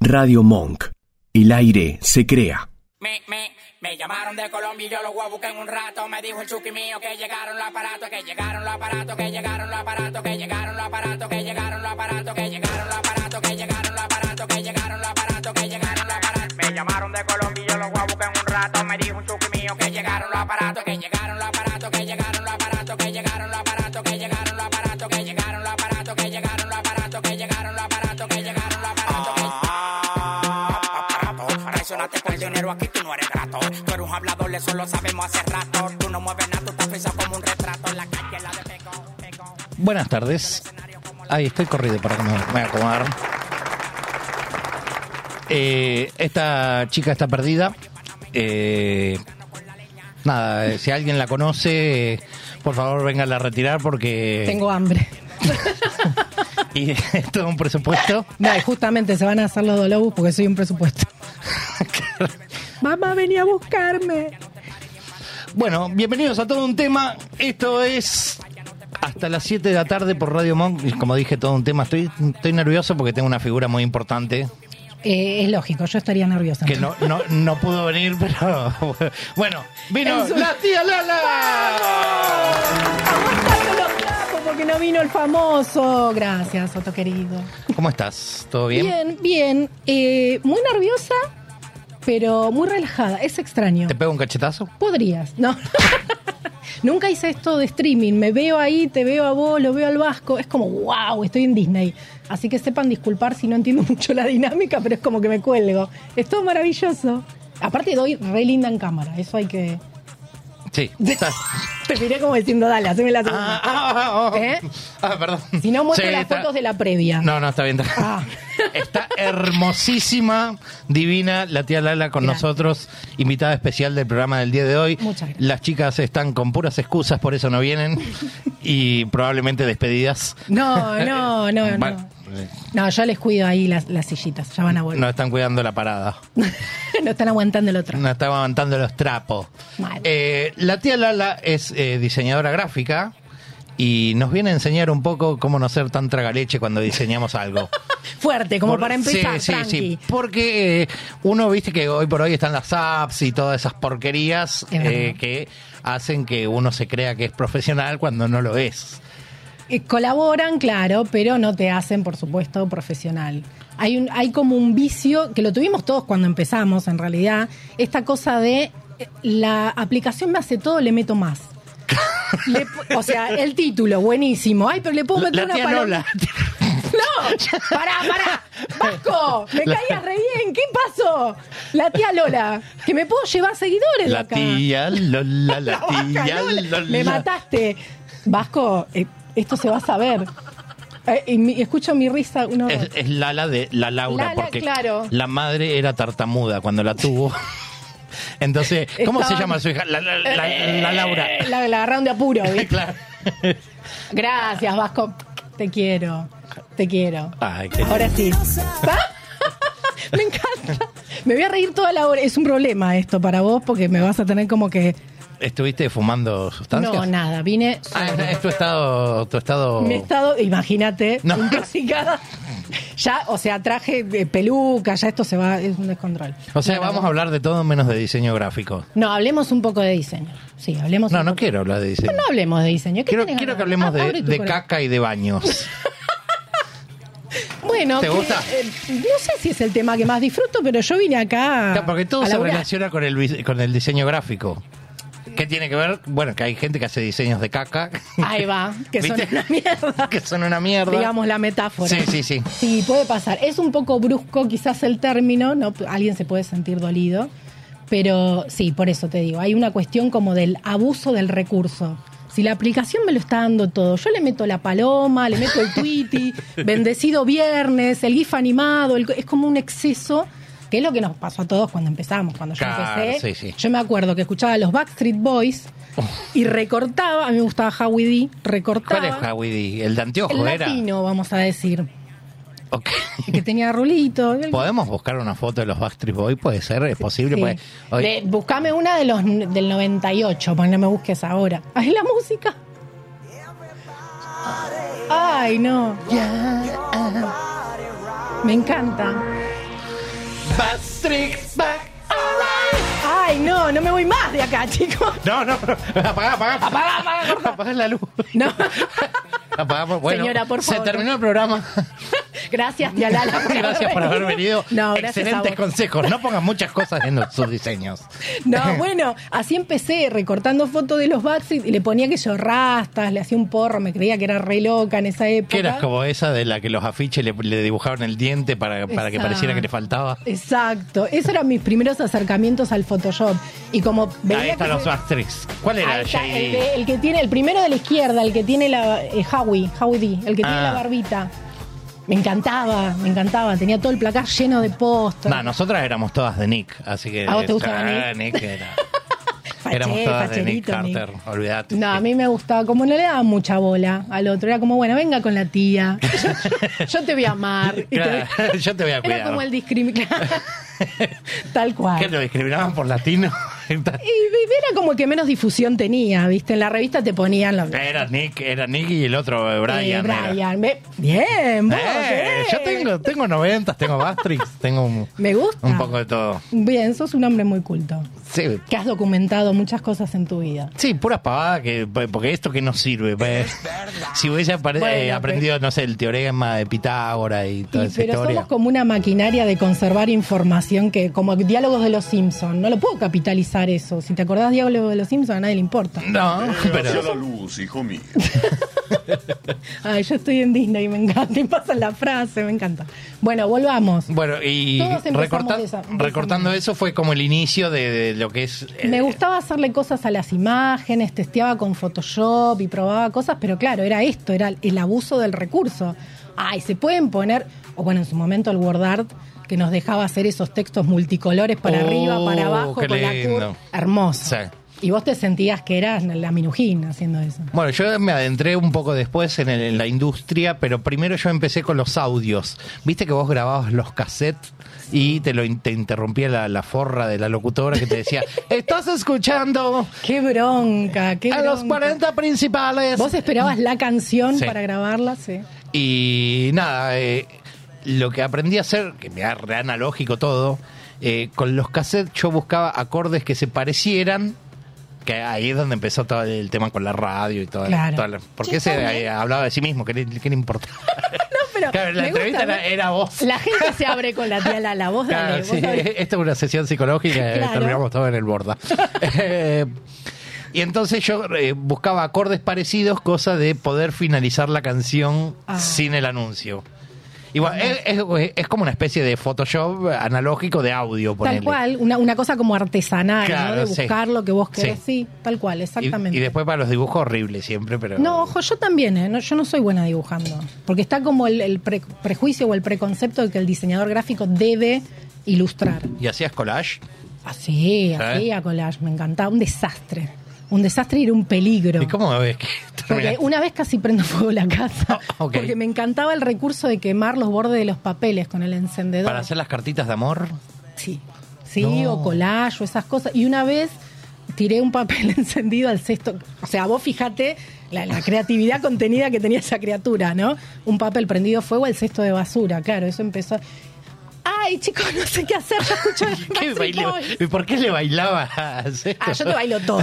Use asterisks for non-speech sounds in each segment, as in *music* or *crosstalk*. Radio Monk. El aire se crea. Me, me, me llamaron de Colombia y yo los voy a buscar en un rato. Me dijo el chuki mío que llegaron los aparatos, que llegaron los aparatos, que llegaron los aparatos, que llegaron los aparatos, que llegaron los aparatos, que llegaron los aparatos, que llegaron los aparatos, que llegaron los aparatos, que llegaron los aparatos. Me llamaron de Colombia y yo los voy a buscar en un rato. Me dijo el chuki mío que llegaron los aparatos, que llegaron los aparatos, que llegaron los aparatos, que llegaron los aparatos, que llegaron los aparatos, que llegaron los aparatos, que llegaron los aparatos, que llegaron los aparatos, que llegaron los aparatos. que- aparato. Traicionaste por dinero, aquí tú no eres grato. Tú eres un hablador, eso lo sabemos hace rato. Tú no mueves nada, tú estás frisado como un retrato. En la calle la de pegón, pegón. Buenas tardes. Ahí estoy corrido para que me, me voy a acomodar. Eh, esta chica está perdida. Eh, nada, eh, si alguien la conoce, eh, por favor véngala a retirar porque. Tengo hambre. *laughs* Y esto es un presupuesto. No, y justamente se van a hacer los dolobus porque soy un presupuesto. Mamá venía a buscarme. Bueno, bienvenidos a todo un tema. Esto es hasta las 7 de la tarde por Radio Monk. Y Como dije, todo un tema. Estoy, estoy nervioso porque tengo una figura muy importante Eh, es lógico, yo estaría nerviosa. que no, no, no pudo venir, pero *laughs* bueno, vino Es un- la tía Lola. Aguantame los trapos porque no vino el famoso. Gracias, Otto querido. ¿Cómo estás? ¿Todo bien? Bien, bien. Eh, muy nerviosa, pero muy relajada. Es extraño. ¿Te pego un cachetazo? Podrías, no. *laughs* Nunca hice esto de streaming. Me veo ahí, te veo a vos, lo veo al Vasco. Es como, wow, estoy en Disney. Así que sepan disculpar si no entiendo *laughs* mucho la dinámica, pero es como que me cuelgo. Es todo maravilloso. Aparte, doy re linda en cámara. Eso hay que. Sí. *laughs* estás- Te miré como diciendo, dale, haceme la Ah, segunda. ah, ah, ah. ¿Eh? Ah, perdón. Si no, muestro Sí, las está- fotos de la previa. No, no, está bien. está- Ah. Está hermosísima, divina la tía Lala con Gracias. nosotros, invitada especial del programa del día de hoy. Muchas gracias. Las chicas están con puras excusas, por eso no vienen y probablemente despedidas. No, *laughs* no, no, Eh, Bueno, no. No, yo les cuido ahí las, las sillitas. Ya van a volver. *laughs* no están cuidando la parada. no están aguantando el otro. No estaba aguantando los trapos. Mal. Eh, la tía Lala es eh, diseñadora gráfica y nos viene a enseñar un poco cómo no ser tan tragaleche cuando diseñamos algo. Fuerte, *laughs* como Por- para Sí, empezar. sí, sí. tranqui. Porque eh, uno, viste que hoy por hoy están las apps y todas esas porquerías Es verdad. eh, que hacen que uno se crea que es profesional cuando no lo es. Eh, colaboran, claro, pero no te hacen, por supuesto, profesional. Hay, un, hay como un vicio, que lo tuvimos todos cuando empezamos, en realidad, esta cosa de eh, la aplicación me hace todo, le meto más. Le pu- o sea, el título, buenísimo. Ay, pero le puedo meter La una tía paloma. Lola. ¡No! ¡Pará, pará! ¡Vasco! ¡Me La- caías re bien! ¿Qué pasó? La tía Lola, que me puedo llevar *laughs* seguidores La acá. tía Lola, la *laughs* La tía vaca, Lola. Lola. Ah, Me mataste. Vasco, eh, esto se va a saber. Eh, y mi- escucho mi risa. No. Es, es Lala de la Laura, Lala, porque claro. la madre era tartamuda cuando la *laughs* tuvo. Entonces, ¿cómo Estaban- se llama su hija? La, la- la- la Laura. Eh, La, la agarraron de apuro. ¿viste? *laughs* Claro. Gracias, Vasco. Te quiero. Te quiero. Ay, qué Ahora sí. ¿Ah? *laughs* Me encanta. Me voy a reír toda la hora. Es un problema esto para vos porque me vas a tener como que. ¿Estuviste fumando sustancias? No, nada. Vine. Ah, es, sobria. es tu estado, tu estado. Mi estado, imagínate, Oh. No. intoxicada. Ya, o sea, traje eh, peluca, ya esto se va, es un descontrol. O sea, No, no, vamos no. a hablar de todo menos de diseño gráfico. No, hablemos un poco de diseño. Sí, hablemos. No, un no poco. quiero hablar de diseño. No, no hablemos de diseño. ¿Qué quiero, tenés quiero que hablemos ganas? Ah, de, abre tu de corazón. Ah, caca y de baños. Bueno, ¿Te que, gusta? eh, no sé si es el tema que más disfruto, pero yo vine acá. Claro, porque todo a se laburar. relaciona con el, vis- con el diseño gráfico. ¿Qué tiene que ver? Bueno, que hay gente que hace diseños de caca. Ahí va, que son ¿Viste? una *laughs* mierda. que son una mierda. Digamos la metáfora. Sí, sí, sí. Sí, puede pasar. Es un poco brusco quizás el término, ¿no? alguien se puede sentir dolido, pero sí, por eso te digo, hay una cuestión como del abuso del recurso. Si la aplicación me lo está dando todo, yo le meto la paloma, le meto el *laughs* Tweety, bendecido viernes, el GIF animado, el- es como un exceso, que es lo que nos pasó a todos cuando empezamos, cuando yo Claro, sí, empecé. sí. Yo me acuerdo que escuchaba a los Backstreet Boys y recortaba, a mí me gustaba Howie D, recortaba. ¿Cuál es Hawidi? El de Anteojo el era. latino, vamos a decir Ok. *laughs* que tenía rulito. ¿Podemos buscar una foto de los Backstreet Boys? ¿Puede ser? ¿Es posible? Porque hoy- De- buscame una de los del 98, porque no me busques ahora. Ay, la música. Ay, no. Me encanta. Matrix back, alright. Ay, no, no me voy más de acá, *laughs* chicos. No, no, pero *laughs* apagá, apagá. Apagá, apagá. Apagá la luz. No. *laughs* Apagá, por- bueno, Señora, por Se favor. terminó el *laughs* programa. gracias, tía Lala. por haber gracias por haber venido. No, gracias a Excelentes vos. consejos. No pongas muchas cosas en los- sus diseños. No, bueno, así empecé recortando fotos de los Backstreet y le ponía que yo rastas, le hacía un porro, me creía que era re loca en esa época. Que eras como esa de la que los afiches le, le dibujaron el diente para, para que Exacto. pareciera que le faltaba. Exacto, esos eran mis primeros acercamientos al Photoshop. Y como veía Ahí están que los Backstreets. ¿Cuál era Ahí está, el, Shady? de- el que tiene, el primero de la izquierda, el que tiene la eh, Howie, Howie D, el que tiene Ah. la barbita. Me encantaba, me encantaba. Tenía todo el placar lleno de postas. No, nosotras éramos todas de Nick, así que. ¿A vos te gustaba Ah, Nick *laughs* era- éramos todas de Nick Carter, olvídate. No, a mí me gustaba, como no le daban mucha bola al otro, era como, bueno, venga con la tía, *laughs* yo, yo te voy a amar. Y te- *laughs* *laughs* Claro, *laughs* yo te voy a Era cuidar. como el discriminar. *laughs* Tal cual. ¿Qué lo discriminaban por latino? *laughs* Y, y era como que menos difusión tenía, ¿viste? En la revista te ponían los... Era Nick, era Nick y el otro eh, Brian. Eh, era. Brian. Me- Bien, vos, Eh, eh. Yo tengo, tengo noventas, tengo *laughs* Bastrix, tengo un, Me gusta. un poco de todo. Bien, sos un hombre muy culto. Sí, Que has documentado muchas cosas en tu vida. Sí, puras pavadas, que, porque esto que nos sirve. Eh, *laughs* si hubiese apare- Bueno, eh, aprendido, no sé, el teorema de Pitágoras y toda Y- esa pero historia. somos como una maquinaria de conservar información que, como diálogos de los Simpson, no lo puedo capitalizar eso. Si te acordás diálogos de los Simpson, a nadie le importa. No, *laughs* Hacia pero la luz, hijo mío. Ay, yo estoy en Disney, me encanta. Y pasan la frase, me encanta. Bueno, volvamos. bueno, y Todos empezamos recorta- de esa- de esa recortando manera. eso fue como el inicio de, de lo que es. eh, Me gustaba hacerle cosas a las imágenes, testeaba con Photoshop y probaba cosas, pero claro, era esto, era el abuso del recurso. Ay, se pueden poner, o bueno, en su momento el WordArt, que nos dejaba hacer esos textos multicolores para Oh, arriba, para abajo, qué con la lindo. curva. Hermoso. Sí. Y vos te sentías que eras la minujín haciendo eso. Bueno, yo me adentré un poco después en, el- en la industria, pero primero yo empecé con los audios. Viste que vos grababas los cassettes y te lo in- te interrumpía la, la forra de la locutora que te decía, *laughs* estás escuchando ¡Qué bronca! ¡Qué a los bronca! 40 principales. ¿Vos esperabas la canción Sí. para grabarla? Sí. Y nada, eh, lo que aprendí a hacer, que me da re analógico todo, eh, con los cassettes yo buscaba acordes que se parecieran, que ahí es donde empezó todo el tema con la radio y todo. Claro. todo la- porque Sí, ese también. eh, hablaba de sí mismo, ¿qué le, qué le importa? *laughs* No, pero Claro, la me gusta, entrevista ¿no? era, era vos. La gente se abre con la tía Lala. Vos Claro, dale, vos sí, dale. *laughs* Esta es una sesión psicológica, eh, Claro. terminamos todo en el *laughs* borda. Eh, y entonces yo eh, buscaba acordes parecidos, cosa de poder finalizar la canción Ah. sin el anuncio. Igual, es, es- es como una especie de Photoshop analógico de audio, por Tal cual, una, una cosa como artesanal, Claro, ¿no? De sí. buscar lo que vos querés, Sí. sí, tal cual, Y, exactamente. y después para los dibujos horribles siempre, pero... No, ojo, yo también, ¿eh? No, yo no soy buena dibujando. Porque está como el, el pre- prejuicio o el preconcepto de que el diseñador gráfico debe ilustrar. ¿Y hacías collage? Así, así, ¿Eh? a collage, me encantaba. Un desastre. Un desastre y era un peligro. ¿Y cómo ves que Porque terminaste? una vez casi prendo fuego la casa. Ah, *laughs* ok. Porque me encantaba el recurso de quemar los bordes de los papeles con el encendedor. ¿Para hacer las cartitas de amor? *laughs* Sí, sí, No. o collage o esas cosas. Y una vez tiré un papel *laughs* encendido al cesto. O sea, vos fijate la, la creatividad *laughs* contenida que tenía esa criatura, ¿no? Un papel prendido fuego al cesto de basura, claro, eso empezó. Ay, chicos, no sé qué hacer, yo escucho el ¿Qué Backstreet baile- Boys. ¿Y por qué le bailabas esto? Ah, yo te bailo todo.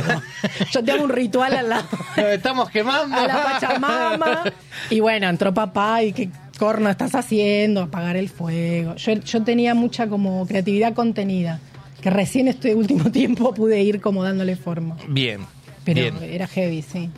Yo te hago un ritual a la, Nos estamos quemando. a la Pachamama. *laughs* Y bueno, entró papá y qué corno estás haciendo, apagar el fuego. Yo, yo tenía mucha como creatividad contenida, que recién este último *laughs* tiempo pude ir como dándole forma. Bien. Pero bien. era heavy, sí.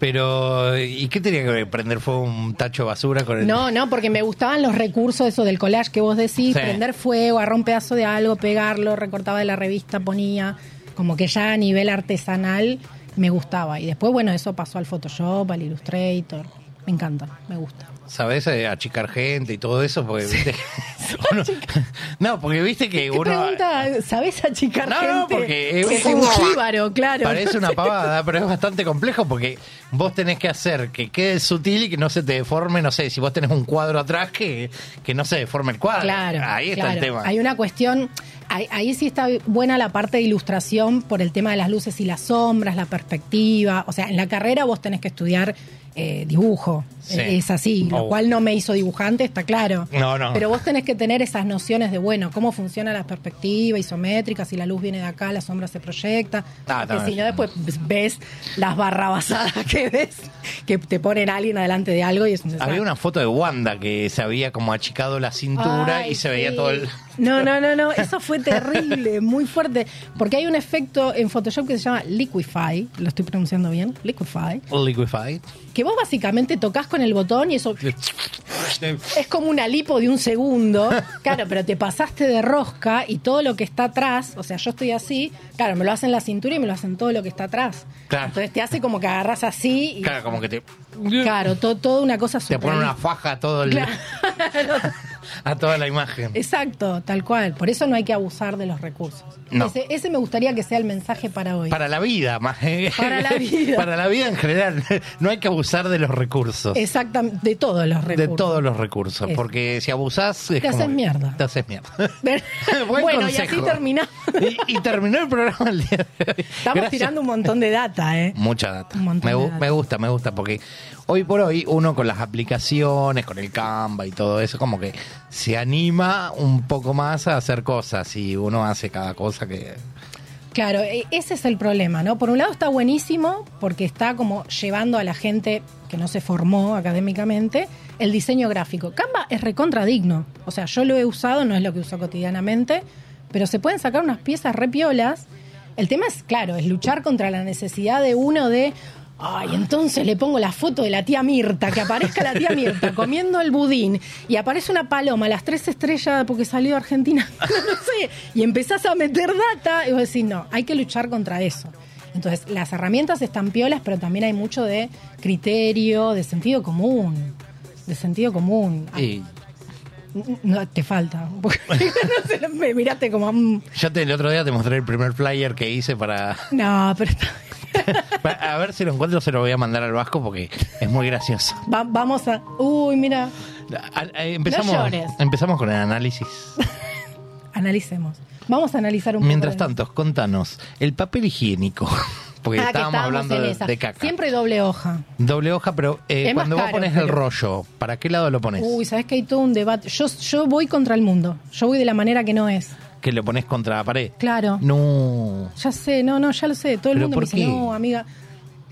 Pero, ¿y qué tenía que prender? ¿Fue un tacho de basura con el.? No, no, porque me gustaban los recursos, eso del collage que vos decís, Sí. prender fuego, agarrar un pedazo de algo, pegarlo, recortaba de la revista, ponía, como que ya a nivel artesanal me gustaba. Y después, bueno, eso pasó al Photoshop, al Illustrator. Me encanta, me gusta. ¿Sabes? Eh, Achicar gente y todo eso. Porque, viste, *laughs* uno- *laughs* no, porque viste que ¿Qué uno. pregunta? ¿Sabés achicar No, gente? no, porque es Que es un- un jíbaro, claro. Parece *laughs* una pavada, pero es bastante complejo porque vos tenés que hacer que quede sutil y que no se te deforme, no sé, si vos tenés un cuadro atrás, que, que no se deforme el cuadro. Claro. Ahí está el claro. tema. Hay una cuestión. Ahí, ahí sí está buena la parte de ilustración por el tema de las luces y las sombras, la perspectiva. O sea, en la carrera vos tenés que estudiar eh, dibujo. Sí. Eh, Es así, lo Oh. cual no me hizo dibujante, está claro. No, no. Pero vos tenés que tener esas nociones de, bueno, cómo funcionan las perspectivas isométricas, si la luz viene de acá, la sombra se proyecta. Ah, porque no, si no, no. después ves las barrabasadas *laughs* que ves, que te ponen alguien adelante de algo y es un desastre. Había una foto de Wanda que se había como achicado la cintura Ay, y se veía sí. todo el... No, no, no, no, eso *laughs* fue terrible, muy fuerte. Porque hay un efecto en Photoshop que se llama Liquify, lo estoy pronunciando bien, Liquify, Liquefied. que vos básicamente tocas con el botón y eso es como una lipo de un segundo. Claro, pero te pasaste de rosca y todo lo que está atrás, o sea, yo estoy así, claro, me lo hacen la cintura y me lo hacen todo lo que está atrás. Claro. Entonces te hace como que agarras así *laughs* y. Claro, como que te, Claro, to- toda una cosa te pone una surrealista. faja a, todo el- Claro. *laughs* a toda la imagen. Exacto, tal cual. Por eso no hay que abusar de los recursos. No. Ese, ese me gustaría que sea el mensaje para hoy. Para la vida, más. ¿eh? *laughs* Para la vida. Para la vida en general. No hay que abusar de los recursos. Exactamente, de todos los de recursos. todos los recursos. Es. Porque si abusás. es Te haces que- mierda. Te haces *laughs* mierda. *laughs* *laughs* Ver- Buen bueno, y consejo. así terminamos. Y, y terminó el programa el día de hoy. Estamos Gracias. tirando un montón de data, ¿eh? Mucha data. Un montón me, gu- de data. me gusta, me gusta, porque hoy por hoy uno con las aplicaciones, con el Canva y todo eso, como que se anima un poco más a hacer cosas y uno hace cada cosa que... Claro, e- ese es el problema, ¿no? Por un lado está buenísimo porque está como llevando a la gente que no se formó académicamente el diseño gráfico. Canva es recontradigno, o sea, yo lo he usado, no es lo que uso cotidianamente, pero se pueden sacar unas piezas repiolas. El tema es, claro, es luchar contra la necesidad de uno de, ay, entonces le pongo la foto de la tía Mirta, que aparezca la tía Mirta comiendo el budín y aparece una paloma, las tres estrellas porque salió de Argentina, *laughs* no sé, y empezás a meter data y vos decís, no, hay que luchar contra eso. Entonces, las herramientas están piolas, pero también hay mucho de criterio, de sentido común, de sentido común. Ah, Y No, te falta. *laughs* un poco. No sé, me miraste como... mm, yo te- el otro día te mostré el primer flyer que hice para... *laughs* No, pero está- para- A ver si lo encuentro, se lo voy a mandar al Vasco porque es muy gracioso. va- vamos a... Uy, mira, A- a- empezamos, No llores. empezamos con el análisis. analicemos. Vamos a analizar un poco Mientras de- tanto, contanos, el papel higiénico, *laughs* porque Ah, que estábamos hablando en de, esa. de caca. Siempre doble hoja. Doble hoja, pero eh, Es más cuando vos caro, pones el pero- rollo, ¿para qué lado lo pones? Uy, sabes que hay todo un debate. Yo, yo voy contra el mundo. Yo voy de la manera que no es. que lo pones contra la pared. Claro. No. Ya sé, no, no, ya lo sé. Todo el ¿Pero mundo me por dice, qué? no, amiga.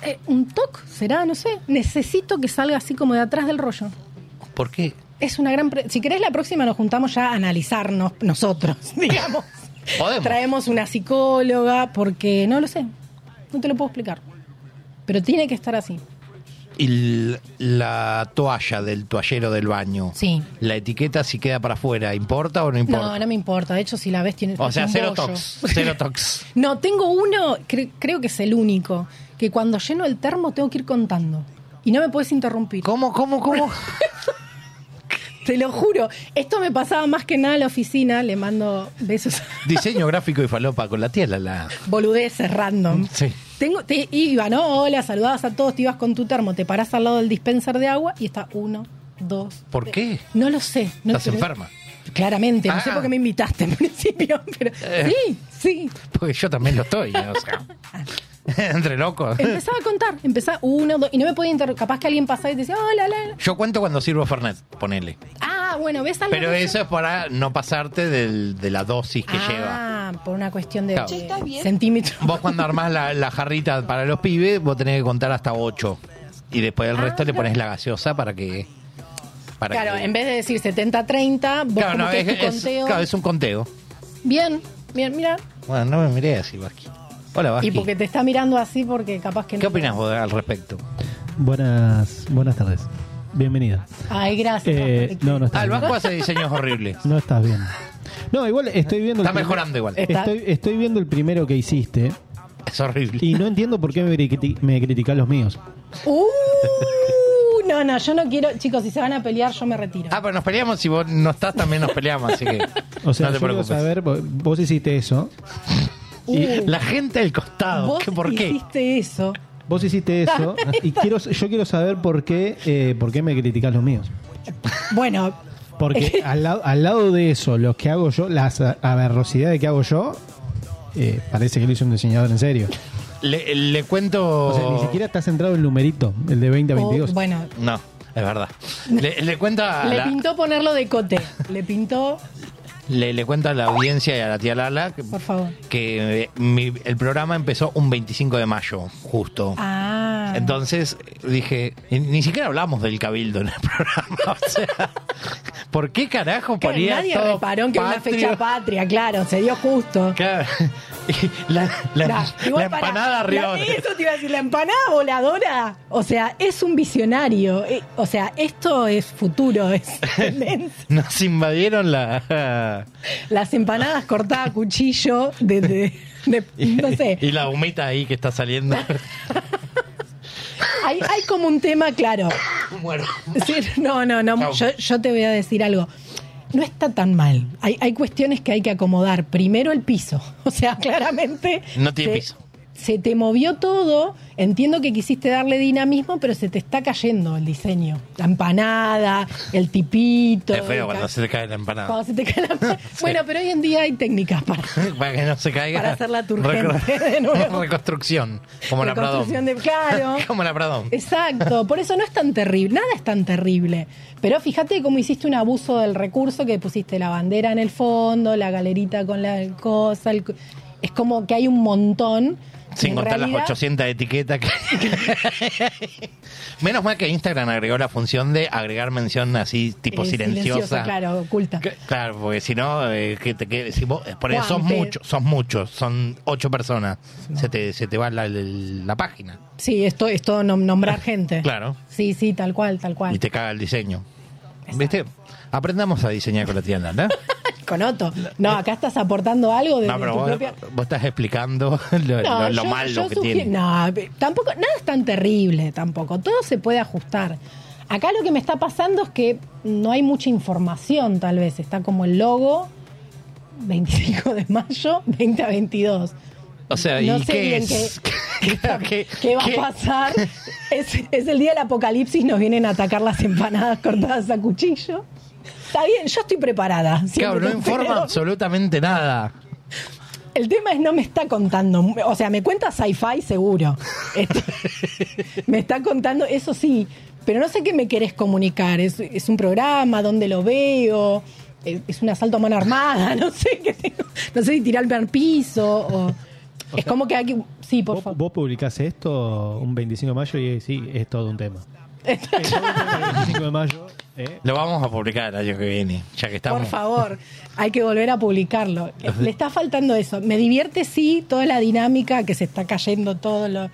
Eh, ¿Un toc? ¿Será? No sé. Necesito que salga así como de atrás del rollo. ¿Por qué? Es una gran. pre- si querés, la próxima nos juntamos ya a analizarnos nosotros, *laughs* digamos. Podemos. Traemos una psicóloga, porque no lo sé. No te lo puedo explicar. Pero tiene que estar así. Y l- la toalla del toallero del baño. Sí. La etiqueta si queda para afuera, ¿importa o no importa? No, no me importa. De hecho, si la ves, tiene. O sea, es un cero bollo. tox. Cero tox. *laughs* No, tengo uno, cre- creo que es el único, que cuando lleno el termo tengo que ir contando. Y no me puedes interrumpir. ¿Cómo, cómo, cómo? Te lo juro. Esto me pasaba más que nada en la oficina. Le mando besos. *laughs* Diseño gráfico y falopa con la tía, la. la- Boludeces random. Sí. Tengo, te iba, ¿no? Hola, saludabas a todos, te ibas con tu termo, te parás al lado del dispenser de agua y está uno, dos. ¿Por tres. qué? No lo sé. No Estás pero- enferma. Claramente, no sé Ah. por qué me invitaste en *laughs* principio, pero Eh. sí, sí. Porque yo también lo estoy, o *laughs* sea. *laughs* Entre locos. Empezaba a contar, empezaba uno, dos, y no me podía interrumpir. Capaz que alguien pasaba y te decía, hola, la, la. Yo cuento cuando sirvo Fernet, ponele. Ah, bueno, ¿ves algo? Pero eso es para no pasarte del- de la dosis que lleva. Ah, por una cuestión de Claro. de Che, centímetros. Vos cuando armás la, la jarrita para los pibes, vos tenés que contar hasta 8. Y después del Ah, resto le claro. pones la gaseosa para que... Para Claro, que- en vez de decir 70-30, vos Claro, como no, que es, tu es- conteo. claro, es un conteo. Bien, bien, mira. Bueno, no me miré así, Vasqui. Hola, Y Vasqui. porque te está mirando así porque capaz que ¿Qué no. opinas vos al respecto? Buenas, buenas tardes. Bienvenida. Ay, gracias. Eh, no, no Ah, estás el bien. Vasco hace diseños horribles. *laughs* No estás bien. No, igual estoy viendo. el Está primer- mejorando igual. Está- Estoy, estoy viendo el primero que hiciste Es horrible. y no entiendo por qué me, criti- me criticás los míos. Uh, no, no, yo no quiero. Chicos, si se van a pelear, yo me retiro. Ah, pero nos peleamos. Si vos no estás, también nos peleamos. Así que O sea, no te yo quiero preocupes. saber, vos- vos hiciste eso, Y Uh, la gente del costado. vos ¿qué- ¿Por qué? hiciste eso. vos *laughs* hiciste eso y quiero, yo quiero saber por qué, eh, por qué me criticás los míos. Bueno, Porque al, lado, al lado de eso, lo que hago yo, las a- aberrosidades que hago yo, eh, parece que lo hizo un diseñador en serio. Le, le cuento. O sea, ni siquiera está centrado el numerito, el de 20 a O, 22. Oh, bueno, No, es verdad. Le, le cuenta. a le la- pintó ponerlo de cote. Le pintó. Le, le cuento a la audiencia y a la tía Lala que, Por favor. que eh, mi- el programa empezó un 25 de mayo, justo. Ah. Entonces eh, dije, ni- ni siquiera hablamos del cabildo en el *laughs* programa. O sea, ¿por qué carajo Claro, ponía nadie todo reparó que una patrio? fecha patria, claro, se dio justo. Claro. *laughs* Y la, la- em- Nah, igual la pará, empanada la- arriba. Eso te iba a decir, la empanada voladora. O sea, es un visionario. eh, O sea, esto es futuro, *laughs* es tendencia. Nos invadieron la. *laughs* Las empanadas cortadas a cuchillo de, de- de- no sé. *laughs* Y la humita ahí que está *laughs* saliendo. Hay, hay como un tema claro. Bueno. Sí, *laughs* no, no, no. Chau. Yo, yo te voy a decir algo. No está tan mal. Hay, hay cuestiones que hay que acomodar. Primero el piso. *laughs* O sea, claramente. No tiene se- piso. Se te movió todo. Entiendo que quisiste darle dinamismo, pero se te está cayendo el diseño. La empanada, el tipito. Es feo el cuando ca- se te cae la empanada. cuando se te cae *laughs* la- Bueno, pero hoy en día hay técnicas para. Para que no se caiga. Para hacerla turgente de *laughs* nuevo. Reconstrucción. Como la Pradón. Reconstrucción de- claro. *laughs* como la Pradón. Exacto, por eso no es tan terrible, nada es tan terrible. Pero fíjate cómo hiciste un abuso del recurso que pusiste la bandera en el fondo, la galerita con la cosa, el cu- es como que hay un montón. Sin En contar realidad, las 800 etiquetas que... *laughs* Menos mal que Instagram agregó la función de agregar mención así, tipo eh, silenciosa. Claro, oculta. Que- Claro, porque si no, eh, que te que- si vos- por eso son Juanpe. muchos, son muchos, son ocho personas. Se, te, se te va la, la página. Sí, esto es todo nom- *laughs* nombrar gente. Claro. Sí, sí, tal cual, tal cual. Y te caga el diseño. ¿Viste? Aprendamos a diseñar con la tía Nala. Con *laughs* Otto. No, acá estás aportando algo de No, pero tu vos, propia... vos estás explicando *laughs* lo, lo- lo yo- malo yo que sugiero- tiene. No, pe- tampoco, nada es tan terrible tampoco. Todo se puede ajustar. Acá lo que me está pasando es que no hay mucha información, tal vez. Está como el logo, 25 de mayo, 20 a *laughs* 22. O sea, no ¿y sé qué bien es? *laughs* *laughs* ¿Qué, ¿Qué va *laughs* a pasar? Es, es el día del apocalipsis, nos vienen a atacar las empanadas cortadas a cuchillo. Está bien, yo estoy preparada. Claro, siempre no te *laughs* informa espero. absolutamente nada. El tema es no me está contando, o sea, me cuenta sci-fi seguro. Este, me está contando, eso sí, pero no sé qué me querés comunicar. Es, es un programa, dónde lo veo, es, es un asalto a mano armada, *laughs* no sé qué tengo- no sé si tirarme al piso o- es como que hay que- sí, por Vos, favor. vos publicás esto un 25 de mayo y eh, sí, es todo *laughs* un tema. Es todo un tema el 25 de mayo. eh. Lo vamos a publicar el año que viene, ya que estamos. Por favor, hay que volver *laughs* a publicarlo. Le está faltando eso. Me divierte, sí, toda la dinámica, que se está cayendo todo lo...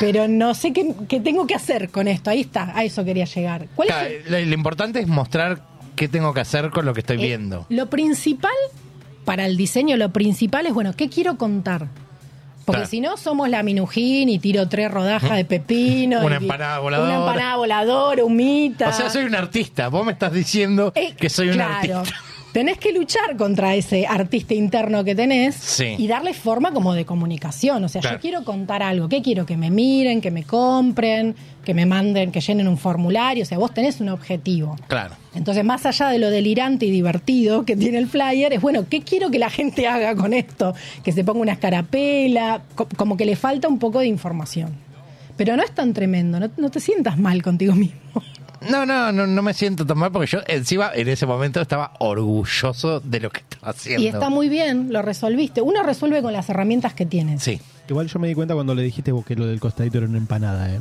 Pero no sé qué, qué tengo que hacer con esto. Ahí está, a eso quería llegar. ¿Cuál es Claro, el- eh, Lo, lo importante es mostrar qué tengo que hacer con lo que estoy eh, viendo. Lo principal para el diseño, lo principal es, bueno, ¿qué quiero contar? Porque Claro. si no, somos la minujín y tiro tres rodajas de pepino. Una y- empanada Una voladora. empanada voladora, humita. O sea, soy un artista. Vos me estás diciendo Eh, que soy un claro. artista. *laughs* Tenés que luchar contra ese artista interno que tenés Sí. y darle forma como de comunicación. O sea, Claro. yo quiero contar algo. ¿Qué quiero? Que me miren, que me compren, que me manden, que llenen un formulario. O sea, vos tenés un objetivo. Claro. Entonces, más allá de lo delirante y divertido que tiene el flyer, es bueno, ¿qué quiero que la gente haga con esto? Que se ponga una escarapela, co- como que le falta un poco de información. Pero no es tan tremendo, no, no te sientas mal contigo mismo. No, no, no, no me siento tan mal porque yo encima en ese momento estaba orgulloso de lo que estaba haciendo. Y está muy bien, lo resolviste. Uno resuelve con las herramientas que tiene. Sí. Igual yo me di cuenta cuando le dijiste vos que lo del costadito era una empanada. Eh.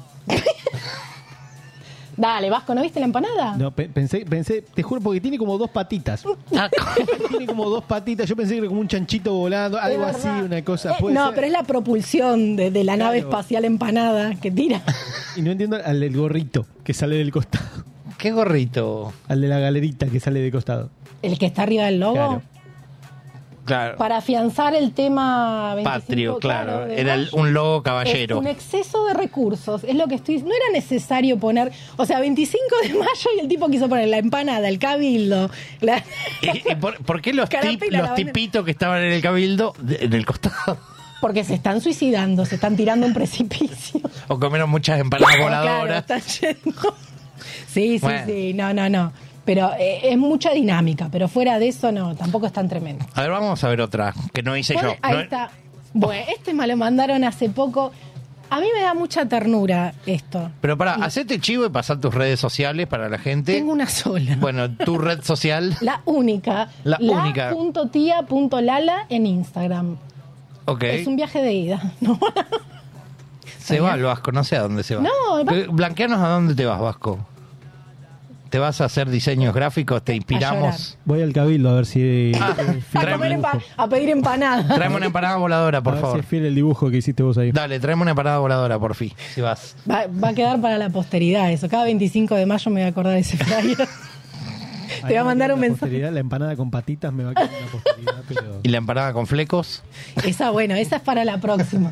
Dale, Vasco, ¿no viste la empanada? No, pe- pensé, pensé, te juro, porque tiene como dos *laughs* patitas. Ah, *laughs* ¿cómo? Tiene como dos patitas. Yo pensé que era como un chanchito volando, algo Es así, verdad. una Eh, cosa. ¿Puede no, ser? pero es la propulsión de, de la nave Claro. espacial empanada que tira. Y no entiendo al del gorrito que sale del costado. *laughs* Qué gorrito. Al de la galerita que sale de costado. El que está arriba del logo. Claro. Claro. Para afianzar el tema 25, Patrio, claro. de Era el- mayo. un logo Es caballero. un exceso de recursos, es lo que estoy. No era necesario poner. O sea, 25 de mayo y el tipo quiso poner la empanada, el cabildo. la- *laughs* *laughs* ¿Y, y por, por qué los, Carapela, tip- la los van- tipitos que estaban en el cabildo, de- en el costado, *laughs* porque se están suicidando, se están tirando a un precipicio. o comieron muchas empanadas voladoras? Oh, Claro, están yendo. Sí, sí, Ah, Bueno. sí, no, no, no. Pero eh, es mucha dinámica, pero fuera de eso no, tampoco es tan tremendo. A ver, vamos a ver otra que no hice yo. Pone- ahí No- está. Bueno, este me lo mandaron hace poco. A mí me da mucha ternura esto. Pero para, hacete chivo y pasar tus redes sociales para la gente. Tengo una sola. Bueno, tu red *laughs* social. La única. La única. punto tía punto Lala en Instagram. Ok. Es un viaje de ida. *laughs* ¿no? Se va el Vasco, no sé a dónde se va. No, va- Pero Blanqueanos a dónde te vas, Vasco. ¿Te vas a hacer diseños gráficos? ¿Te inspiramos? Voy al cabildo a ver si. Ah, si es fiel a, trae- el comer dibujo. empa- a pedir empanada. Traeme una empanada *laughs* voladora, A por ver si favor. es fiel el dibujo que hiciste vos ahí. Dale, traeme una empanada voladora, por fin, si vas. Va, va a quedar para la posteridad eso. Cada 25 de mayo me voy a acordar de ese flyer. *laughs* Ahí Te va a mandar queda un la mensaje. posteridad, La empanada con patitas me va a quedar en la posteridad, pero. ¿Y la empanada con flecos? Esa, bueno, esa es para la próxima.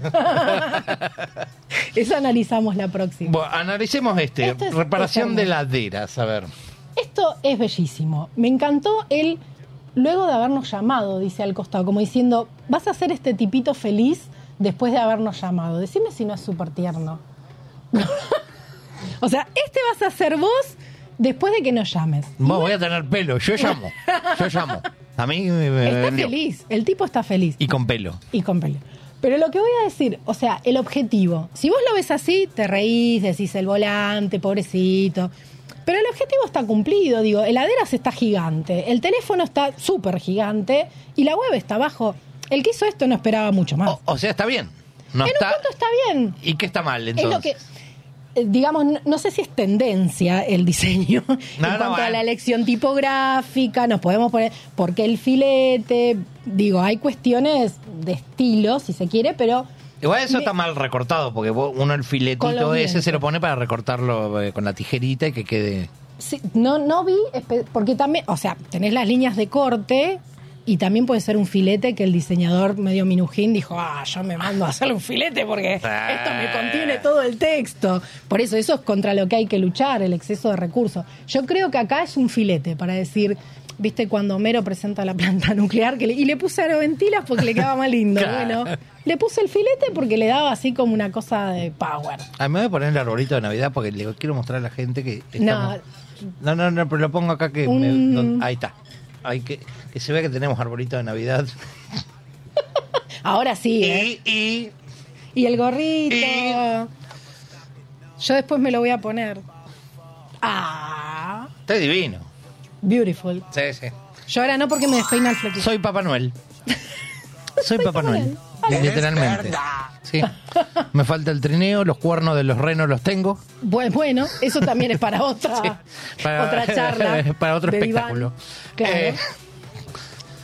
esa analizamos la próxima. Bueno, analicemos este. Esto es- Reparación es de hermoso. laderas, a ver. Esto es bellísimo. Me encantó él, luego de habernos llamado, dice al costado, como diciendo, vas a ser este tipito feliz después de habernos llamado. Decime si no es súper tierno. *laughs* o sea, este vas a ser vos después de que nos llames. Vos voy a tener pelo, yo llamo. Yo llamo. A mí me- me Está vendió. feliz, el tipo está feliz. Y con pelo. y con pelo. Pero lo que voy a decir, o sea, el objetivo. Si vos lo ves así, te reís, decís el volante, pobrecito. Pero el objetivo está cumplido, digo, heladeras está gigante, el teléfono está súper gigante y la web está abajo. El que hizo esto no esperaba mucho más. O, o sea, está bien. No Ah. en un está. punto está bien. ¿Y qué está mal Es entonces? lo que, eh, digamos, no, no sé si es tendencia el diseño *laughs* en No, no, cuanto a bueno. la elección tipográfica, nos podemos poner, porque el filete, digo, hay cuestiones de estilo, si se quiere, pero Igual eso Me- está mal recortado, porque vos- uno el Con filetito los ese dientes. se lo pone para recortarlo eh, con la tijerita y que quede. sí, no, no vi, espe- porque también, o sea, tenés las líneas de corte. Y también puede ser un filete que el diseñador medio minujín dijo, ah, yo me mando a hacer un filete porque Ah. esto me contiene todo el texto. Por eso, eso es contra lo que hay que luchar, el exceso de recursos. Yo creo que acá es un filete para decir, viste, cuando Homero presenta la planta *laughs* nuclear que le- y le puse aeroventilas porque le quedaba más lindo. Claro. Bueno, le puse el filete porque le daba así como una cosa de power. A mí Ah, me voy a poner el arbolito de Navidad porque le quiero mostrar a la gente que. No. estamos- No, no, no, pero lo pongo acá que. me- Un- no- ahí está. Ahí que, que se vea que tenemos arbolito de Navidad. Ahora sí, ¿eh? Y, y Y el gorrito. Y- Yo después me lo voy a poner. Ah, Está divino. beautiful. Sí, sí. Yo ahora no porque me despeina el flequillo. Soy Papá Noel. Soy Papá Noel. Literalmente. Sí. Me falta el trineo, los cuernos de los renos los tengo. Bu- Bueno, eso también es para otra, *laughs* Sí, para- *laughs* otra charla. para otro de diván. espectáculo. Claro. Eh,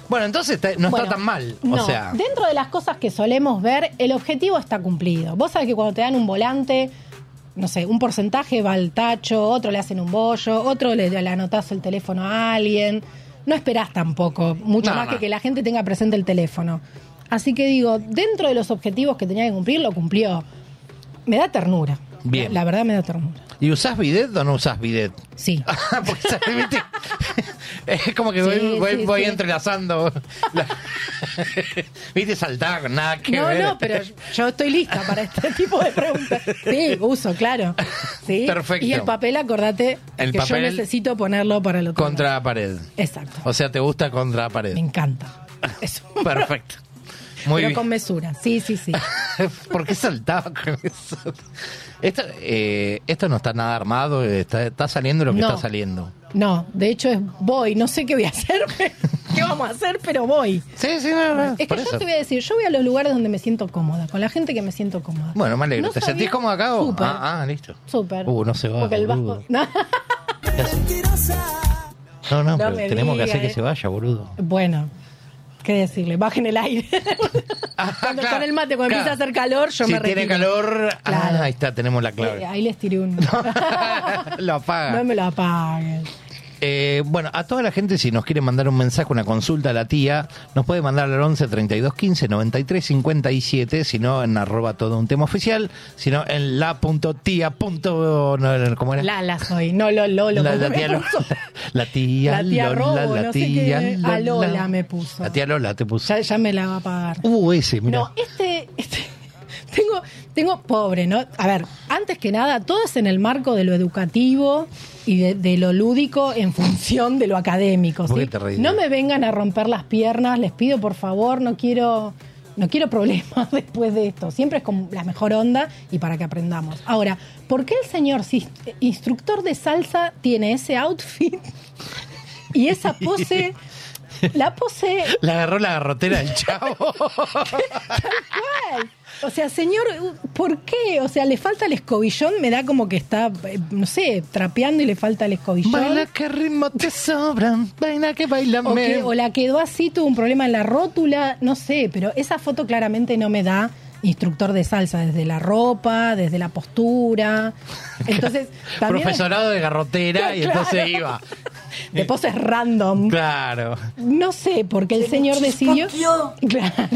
Bueno, entonces está- no Bueno, está tan mal. no, o sea, Dentro de las cosas que solemos ver, el objetivo está cumplido. Vos sabés que cuando te dan un volante, no sé, un porcentaje va al tacho, otro le hacen un bollo, otro le, le anotás el teléfono a alguien. No esperás tampoco, mucho No, más no. que que la gente tenga presente el teléfono. Así que digo, dentro de los objetivos que tenía que cumplir, lo cumplió. Me da ternura. Bien. La, la verdad me da ternura. ¿y usás bidet o no usás bidet? Sí. *laughs* Porque, ¿sabes? ¿Viste? es como que Sí, voy, voy- sí, voy sí. entrelazando. la- *laughs* ¿Viste? Saltar, nada que No, ver. no, pero yo estoy lista para este *laughs* tipo de preguntas. Sí, uso, claro. Sí. Perfecto. Y el papel, acordate, El que papel yo necesito ponerlo para lo que. Contra la pared. Exacto. O sea, te gusta contra la pared. Me encanta. Eso. Perfecto. *laughs* Muy pero bien. con mesura. Sí, sí, sí. *laughs* ¿Por qué saltaba con eso? Esto, eh, esto no está nada armado, está, está saliendo lo que No. está saliendo. No, de hecho es voy. No sé qué voy a hacer, *laughs* qué vamos a hacer, pero voy. Sí, sí, no, no, Es que por yo eso. te voy a decir, yo voy a los lugares donde me siento cómoda, con la gente que me siento cómoda. Bueno, me alegro. No ¿Te sabía- sentís como acá o? Súper. Ah, ah, listo. Súper. Uh, no se va. Porque el boludo. vasco. *laughs* No. ¿Qué hace? No, no, No pero me tenemos que diga, hacer que eh. se vaya, boludo. Bueno, qué decirle, bajen el aire. cuando, Ah, claro, con el mate, cuando claro. empieza a hacer calor, yo si me tiene retiro. calor, ah, Claro. ahí está, tenemos la *laughs* Eh, clave. *laughs* ahí les tiré un. lo apaga. no me lo apaguen. Eh, bueno, a toda la gente, si nos quiere mandar un mensaje, una consulta a la tía, nos puede mandar al 11 32 15 93 57, si no en arroba todo un tema oficial, si no en la punto tía punto, no, no, ¿cómo era? Lala soy, no lo Lolo. La- como la me tía Lo- puso. *laughs* la tía La tía Lola, Robo, la no sé tía qué. A Lola me puso. La tía Lola te puso. Ya, ya me la va a pagar. Uh, ese, mira. No, este, este- *laughs* tengo, tengo pobre, ¿no? A ver, antes que nada, todo es en el marco de lo educativo y de, de lo lúdico en *laughs* función de lo académico. ¿Por ¿sí? qué te reís? No me vengan a romper las piernas, les pido por favor, no quiero No quiero problemas *laughs* después de esto. Siempre es con la mejor onda y para que aprendamos. Ahora, ¿por qué el señor si- instructor de salsa tiene ese outfit *laughs* y esa *laughs* pose? La pose La agarró la garrotera del *laughs* chavo. ¿Cuál? O sea, señor, ¿por qué? O sea, le falta el escobillón, me da como que está, eh, no sé, trapeando y le falta el escobillón. Baila que ritmo te sobran, baila que baila o, que- o la quedó así, tuvo un problema en la rótula, no sé, pero esa foto claramente no me da instructor de salsa, desde la ropa, desde *laughs* la postura. Entonces, también Profesorado de garrotera y entonces Claro. iba. eh, de poses random. Claro. No sé, porque el señor decidió. *laughs* Claro.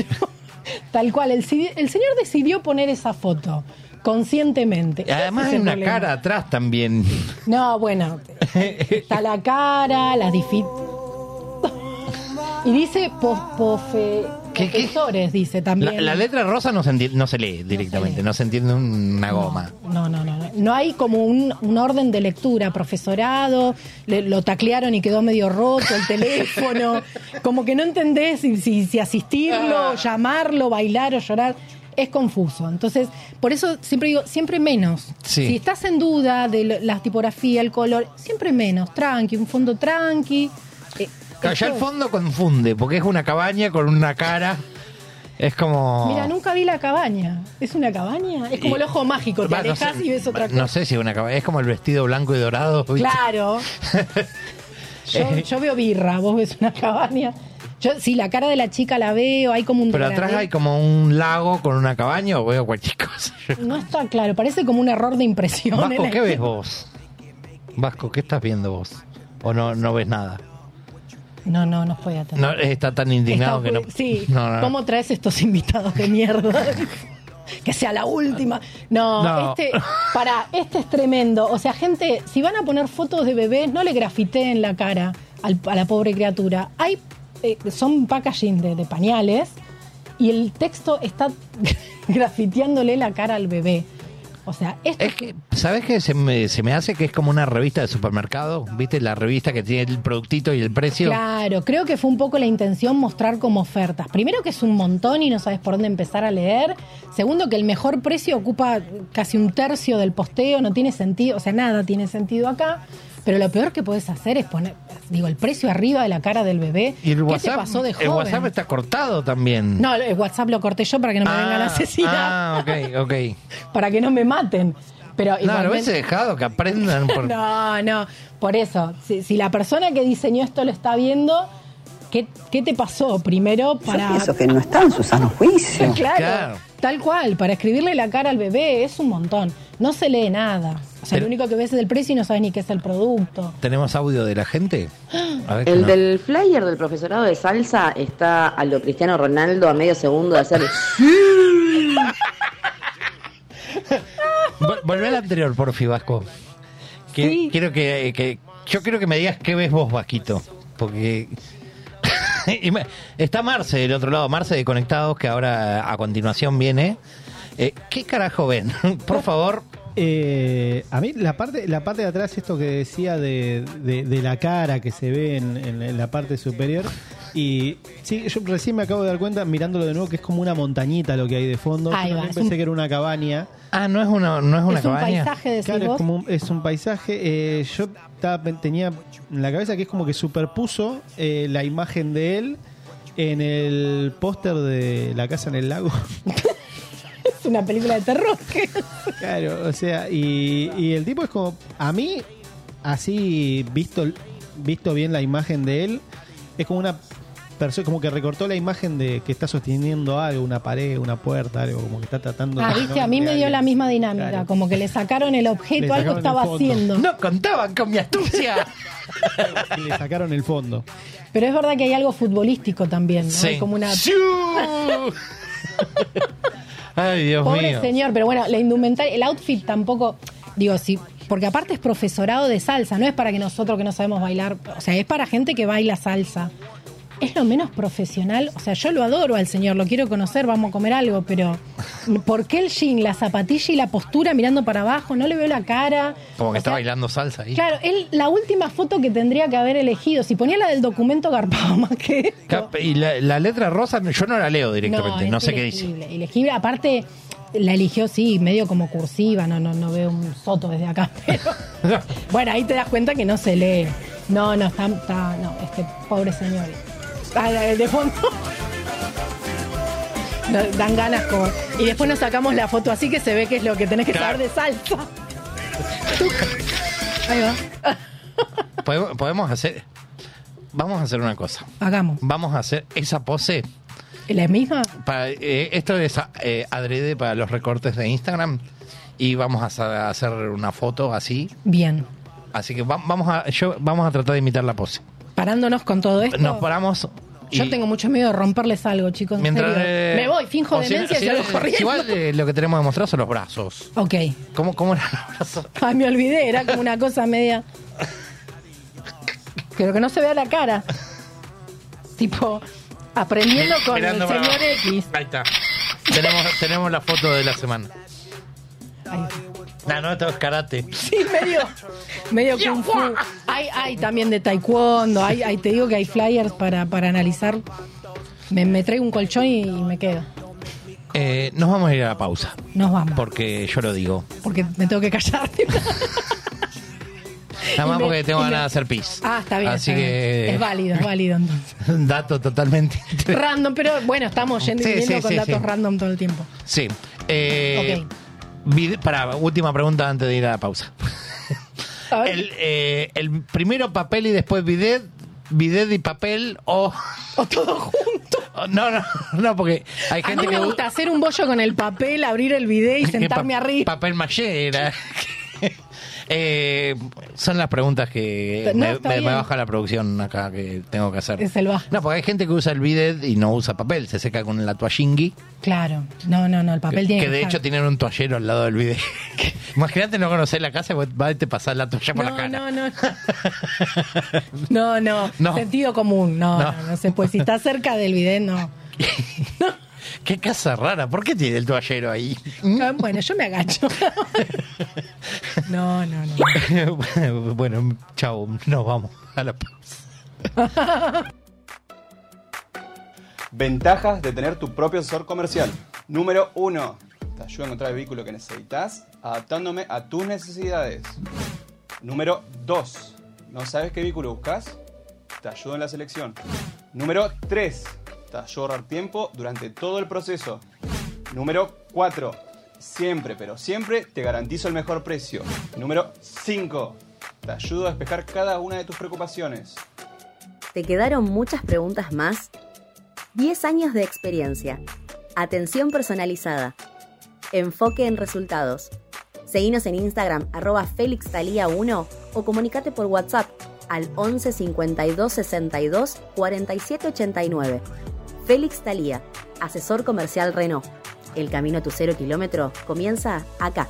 Tal cual, el, si- el señor decidió poner esa foto conscientemente. Y además Ese hay es el una problema. cara atrás también. No, bueno. Está la cara, las difi... Y dice pospofe. ¿Qué, qué? Profesores, dice La, también. la letra rosa no se, enti- no se lee directamente, lee. no se entiende una goma. No, no, no. No, No hay como un, un orden de lectura. Profesorado, le- lo taclearon y quedó medio roto el *laughs* teléfono. como que no entendés si, si- si Ah. asistirlo, llamarlo, bailar o llorar. Es confuso. Entonces, por eso siempre digo, siempre menos. Sí. Si estás en duda de lo- la tipografía, el color, siempre menos. Tranqui, un fondo tranqui. Eh, Claro, ya el esto- fondo confunde, porque es una cabaña con una cara. Es como. Mira, nunca vi la cabaña. ¿Es una cabaña? Es como el ojo mágico. Te Va, no sé- alejas y ves otra cosa. No sé si es una cabaña, es como el vestido blanco y dorado. ¿viste? Claro. Yo, Eh. yo veo birra, vos ves una cabaña. Yo, sí, la cara de la chica la veo, hay como un... Pero atrás degradé. hay como un lago con una cabaña o veo cualquier *laughs* cosa. No está claro, parece como un error de impresión. en Vasco, la- ¿qué ves vos? Vasco, ¿qué estás viendo vos? ¿O no, no ves nada? No, no, no puede atender. No, está tan indignado Está- que no. Sí, *laughs* No, no, no. ¿cómo traes estos invitados de mierda? *laughs* que sea la última. No, No. este, para, este es tremendo. O sea, gente, si van a poner fotos de bebés, no le grafiteen la cara al- a la pobre criatura. Hay, eh, son packaging de, de pañales y el texto está *laughs* grafiteándole la cara al bebé. O sea, esto Es que, ¿sabes qué? Se me, se me hace que es como una revista de supermercado. ¿Viste? La revista que tiene el productito y el precio. Claro, creo que fue un poco la intención mostrar como ofertas. Primero que es un montón y no sabes por dónde empezar a leer. Segundo que el mejor precio ocupa casi un tercio del posteo, no tiene sentido, o sea, nada tiene sentido acá. Pero lo peor que puedes hacer es poner, digo, el precio arriba de la cara del bebé. Y el ¿Qué WhatsApp, te pasó de joven? el WhatsApp está cortado también. No, el WhatsApp lo corté yo para que no me vengan a asesinar, Ah, ok, ok. para que no me maten. Pero No, lo igualmente- hubiese dejado que aprendan. Por... *laughs* No, no, por eso. Si, si la persona que diseñó esto lo está viendo, ¿qué, qué te pasó primero para. Yo pienso que no está en su sano juicio. *laughs* Claro, Claro. Tal cual, para escribirle la cara al bebé es un montón. No se lee nada. O sea, Pero- lo único que ves es el precio y no sabes ni qué es el producto. ¿Tenemos audio de la gente? A ver, El no. del flyer del profesorado de salsa está a lo Cristiano Ronaldo a medio segundo de hacer. Vol- Volvé al anterior, por fi, Vasco. Que- Sí. quiero que, que- yo quiero que me digas qué ves vos, Vasquito. Porque *laughs* y me- está Marce del otro lado, Marce de Conectados, que ahora a continuación viene. Eh, ¿Qué carajo ven? *laughs* por favor. Eh, a mí la parte, la parte de atrás, esto que decía de, de- de la cara que se ve en, en- en la parte superior, y sí, yo recién me acabo de dar cuenta mirándolo de nuevo que es como una montañita lo que hay de fondo. Ahí Yo va, también es pensé un- que era una cabaña. Ah, no es una, no es una es un cabaña. paisaje, decís Claro, es, vos. como un, es un paisaje. eh, yo estaba pen- tenía en la cabeza que es como que superpuso eh, la imagen de él en el póster de La Casa en el Lago. *laughs* Es una película de *laughs* terror. ¿qué? Claro, o sea, y, y el tipo es como, a mí, así visto, visto bien la imagen de él, es como una persona, como que recortó la imagen de que está sosteniendo algo, una pared, una puerta, algo, como que está tratando... *laughs* Ah, de- viste, a mí me dio la misma dinámica. Claro. Como que le sacaron el Le objeto, sacaron algo el estaba fondo. haciendo. No contaban con mi *laughs* astucia. *laughs* Y le sacaron el fondo. Pero es verdad que hay algo futbolístico también, ¿no? Hay como una ¡Siu! Ay, Dios Pobre mío. señor, pero bueno, la indumentaria, el outfit tampoco, digo, sí, porque aparte es profesorado de salsa, no es para que nosotros que no sabemos bailar, o sea, es para gente que baila salsa. es lo menos profesional. O sea, yo lo adoro al señor, lo quiero conocer, vamos a comer algo, pero *laughs* ¿por qué el jean, la zapatilla y la postura mirando para abajo? No le veo la cara. Como que O está sea, bailando salsa ahí. Claro, él, la última foto que tendría que haber elegido, si ponía la del documento garpado *laughs* más que esto. Cap- Y la, la letra rosa, yo no la leo directamente, no, es sé qué dice. ilegible, ilegible. Aparte, la eligió, sí, medio como cursiva, no, no, no veo un soto desde acá. *laughs* Pero, bueno, ahí te das cuenta que no se lee. No, no, está, está- no, este pobre señor. Ah, la- de fondo. *laughs* No, dan ganas como. Y después nos sacamos la foto así que se ve que es lo que tenés que Claro. saber de salsa. Ahí va. *laughs* Podemos, podemos hacer. Vamos a hacer una cosa. Hagamos. Vamos a hacer esa pose. ¿La misma? Para, eh, esto es eh, adrede para los recortes de Instagram. Y vamos a sa- a hacer una foto así. Bien. Así que va- vamos a, yo, vamos a tratar de imitar la pose. Parándonos con todo esto. Nos paramos. y- Yo tengo mucho miedo de romperles algo, chicos. en mientras, serio. eh, Me voy, finjo o si- demencia si- y salgo si- corriendo. Igual eh, lo que tenemos que mostrar son los brazos. Ok. ¿Cómo, cómo eran los brazos? Ay, me olvidé, era como una cosa media. Creo que no se vea la cara. Tipo, *laughs* aprendiendo con Mirando el para señor abajo. X. Ahí está. Tenemos, tenemos la foto de la semana. Ay, No, no, esto es karate. sí, medio, medio kung fu. Hay, hay también de taekwondo. Hay, hay- te digo que hay flyers para, para analizar. Me, me traigo un colchón y, y me quedo. Eh, nos vamos a ir a la pausa. Nos vamos. Porque yo lo digo. Porque me tengo que callar. *laughs* Nada más Y me- porque tengo y me- ganas de hacer pis. Ah, está bien. Así está bien. que. Es válido, es válido entonces. *laughs* Dato *laughs* totalmente. random, pero bueno, estamos yendo Sí, y viniendo sí, con sí, datos sí. random todo el tiempo. Sí. Eh, para, última pregunta antes de ir a la pausa. A ver. El, eh, el primero papel y después bidet, bidet y papel o... O todo junto. o- *laughs* No, no, no, porque hay A gente mí me que... gusta hacer un bollo con el papel, abrir el video *laughs* y que sentarme pa- arriba. Papel maché era. *laughs* Eh, son las preguntas que No, me, está me- me bien. baja la producción acá que tengo que hacer. Es el bajo. No, porque hay gente que usa el bidet y no usa papel, se seca con la toallingui. Claro. No, no, no, el papel tiene que de hecho estar. tienen un toallero al lado del bidet. *laughs* Imagínate no conocer la casa y vos vas y te pasás la toalla por la no, cara. no, no, no, no, *laughs* No. sentido común, no, No. no, no, sé, pues si está cerca del bidet, no. *laughs* Qué casa rara, ¿por qué tiene el toallero ahí? *laughs* Ah, Bueno, yo me agacho. *laughs* No, no, no. bueno, chao, nos vamos a la pausa. Ventajas de tener tu propio asesor comercial. Número 1. Te ayuda a encontrar el vehículo que necesitas, adaptándome a tus necesidades. Número 2. ¿No sabes qué vehículo buscas? Te ayudo en la selección. Número 3. Te ayudo a ahorrar tiempo durante todo el proceso. Número 4. Siempre, pero siempre te garantizo el mejor precio. Número 5. Te ayudo a despejar cada una de tus preocupaciones. ¿Te quedaron muchas preguntas más? 10 años de experiencia. Atención personalizada. Enfoque en resultados. Seguinos en Instagram arroba FélixTalía1 o comunicate por WhatsApp al 11 52 62 47 89. *laughs* Félix Talía, asesor comercial Renault. El camino a tu cero kilómetro comienza acá.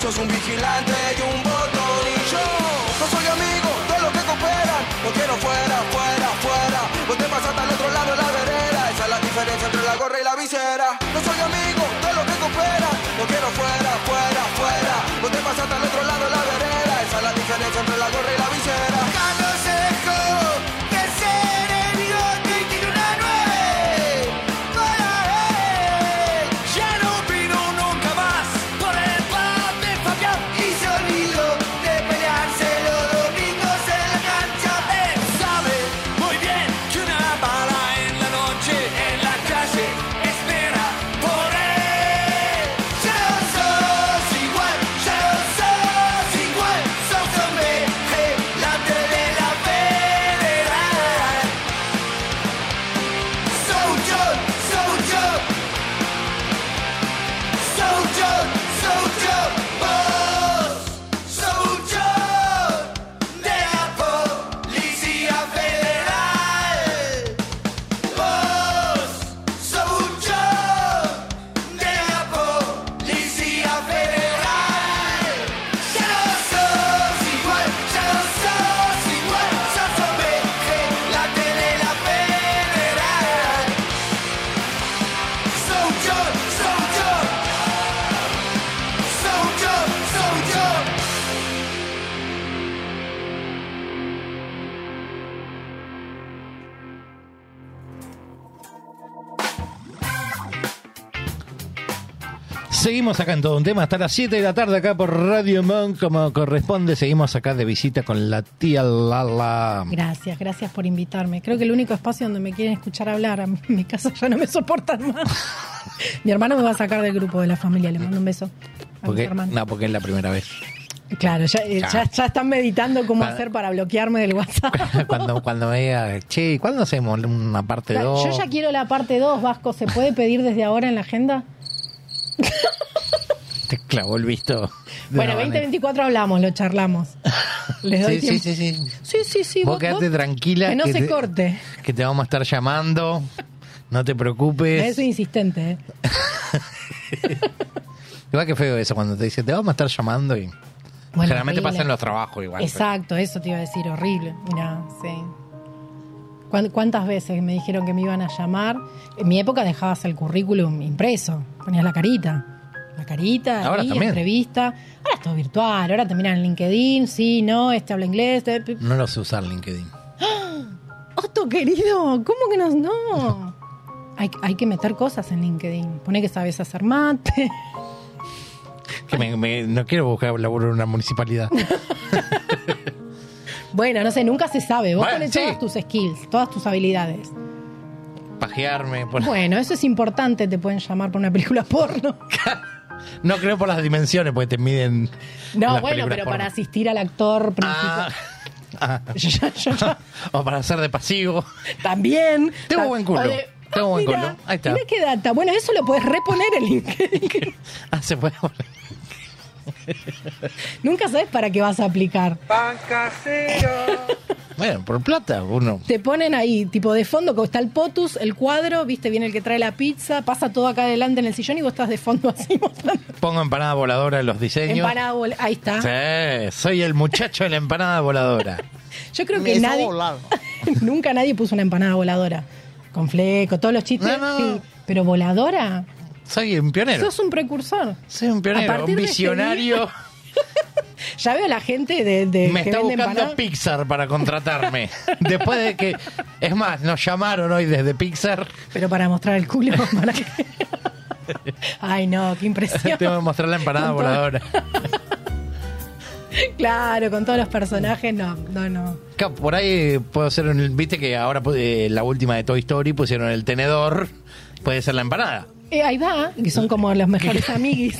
sos un vigilante y un botón y yo no soy amigo de los que cooperan. No quiero fuera, fuera, fuera. Vos te pasas al otro lado de la vereda. Esa es la diferencia entre la gorra y la visera. No soy amigo de los que cooperan. No quiero fuera, fuera, fuera. Vos te pasas al otro lado de la vereda. Esa es la diferencia entre la gorra y la visera. Carlos Eco, que se bigote y tiene una nueve. Para él, ya no vino nunca más. Por el de Fabián y se olvidó de pelearse los domingos en la cancha. Él sabe muy bien que una bala en la noche, en la calle, espera por él. Ya no sos igual, ya no sos igual. Sos hombre, gelante de la vereda. Soy yo, soy yo. Soldier, soldier, vos, soldier de la policía federal. Vos, soldier de la policía federal. Ya no sos igual, ya no sos igual, sos vigilante de la federal. Soldier, soldier. Soldier, soldier. Seguimos acá en todo un tema hasta las 7 de la tarde acá por Radio Monk como corresponde. Seguimos acá de visita con la tía Lala. Gracias, gracias por invitarme. Creo que el único espacio donde me quieren escuchar hablar, a mí, en mi casa ya no me soportan más. *laughs* mi hermano me va a sacar del grupo de la familia, le mando un beso a mi Porque, hermano. no, porque es la primera vez. *laughs* Claro, ya, eh, ya- ya están meditando cómo Para- hacer para bloquearme *laughs* del WhatsApp. cuando, cuando vea, che, ¿y ¿cuándo hacemos una parte Claro, 2? Yo ya quiero la parte 2, Vasco. ¿Se puede pedir desde ahora en la agenda? Te clavó el visto. de Bueno, una 2024 hablamos, *laughs* lo charlamos. Les doy manera. Sí, sí, tiempo. sí, sí. Sí, sí, sí, Vos vos- quedate vos- tranquila. Que no se te- corte. Que te vamos a estar llamando. No te Eso preocupes. soy insistente. ¿eh? Igual que feo eso cuando te dicen, te vamos a estar llamando y... Bueno, Generalmente horrible. pasa en los trabajos igual. Exacto, eso te iba a decir, horrible. Mirá, sí. ¿Cuán- ¿Cuántas veces me dijeron que me iban a llamar? En mi época dejabas el currículum impreso, ponías la carita. La carita, Ahora ahí, también. entrevista. Ahora es todo virtual, ahora te miran en LinkedIn, sí, no, este habla inglés. este- pi- No lo sé usar LinkedIn. Otto, querido, ¿cómo que nos no? Hay, hay que meter cosas en LinkedIn. Pone que sabes hacer mate. *laughs* Que me- me- no quiero buscar laburo en una *laughs* municipalidad. Bueno, no sé, nunca se sabe. Vos Bueno, pones sí. todas tus skills, todas tus habilidades. Pajearme. por- *laughs* Bueno, eso es importante, te pueden llamar por una película porno. *laughs* No creo por las dimensiones, porque te miden. No, las bueno, películas pero porno. para asistir al actor Ah, principal. ah. *laughs* *laughs* Yo- yo- yo- yo- o para ser de pasivo. *laughs* también. Tengo Ta- buen culo. o de- Tengo buen mirá, culo. Ahí está. mirá qué data. Bueno, eso lo puedes reponer en LinkedIn. *laughs* Ah, se puede volver. Nunca sabes para qué vas a aplicar. Bueno, por plata, uno. Te ponen ahí, tipo de fondo, como está el potus, el cuadro, viste, viene el que trae la pizza, pasa todo acá adelante en el sillón y vos estás de fondo así *laughs* mostrando. Pongo empanada voladora en los diseños. Empanada, bol- ahí está. Sí, soy el muchacho de la empanada voladora. Yo creo que nadie. *laughs* nunca nadie puso una empanada voladora. Con fleco, todos los chistes. No, no, no. sí. Pero voladora, Soy un pionero. sos un precursor. Soy un A pionero, partir un de este visionario. *laughs* Ya veo a la gente de, de Me eh, que está vende buscando empanadas. Pixar para contratarme. Después de que. Es más, nos llamaron hoy desde Pixar. Pero para mostrar el *laughs* culo. para que- Ay, no, *laughs* qué impresión. Te voy a mostrar la empanada Con todo- voladora. Claro, con todos los personajes, no, no, no. Claro, Por ahí puedo ser un. Viste que ahora eh, la última de Toy Story pusieron el tenedor. Puede ser la empanada. Eh, ahí va, que son como los *laughs* mejores amiguis.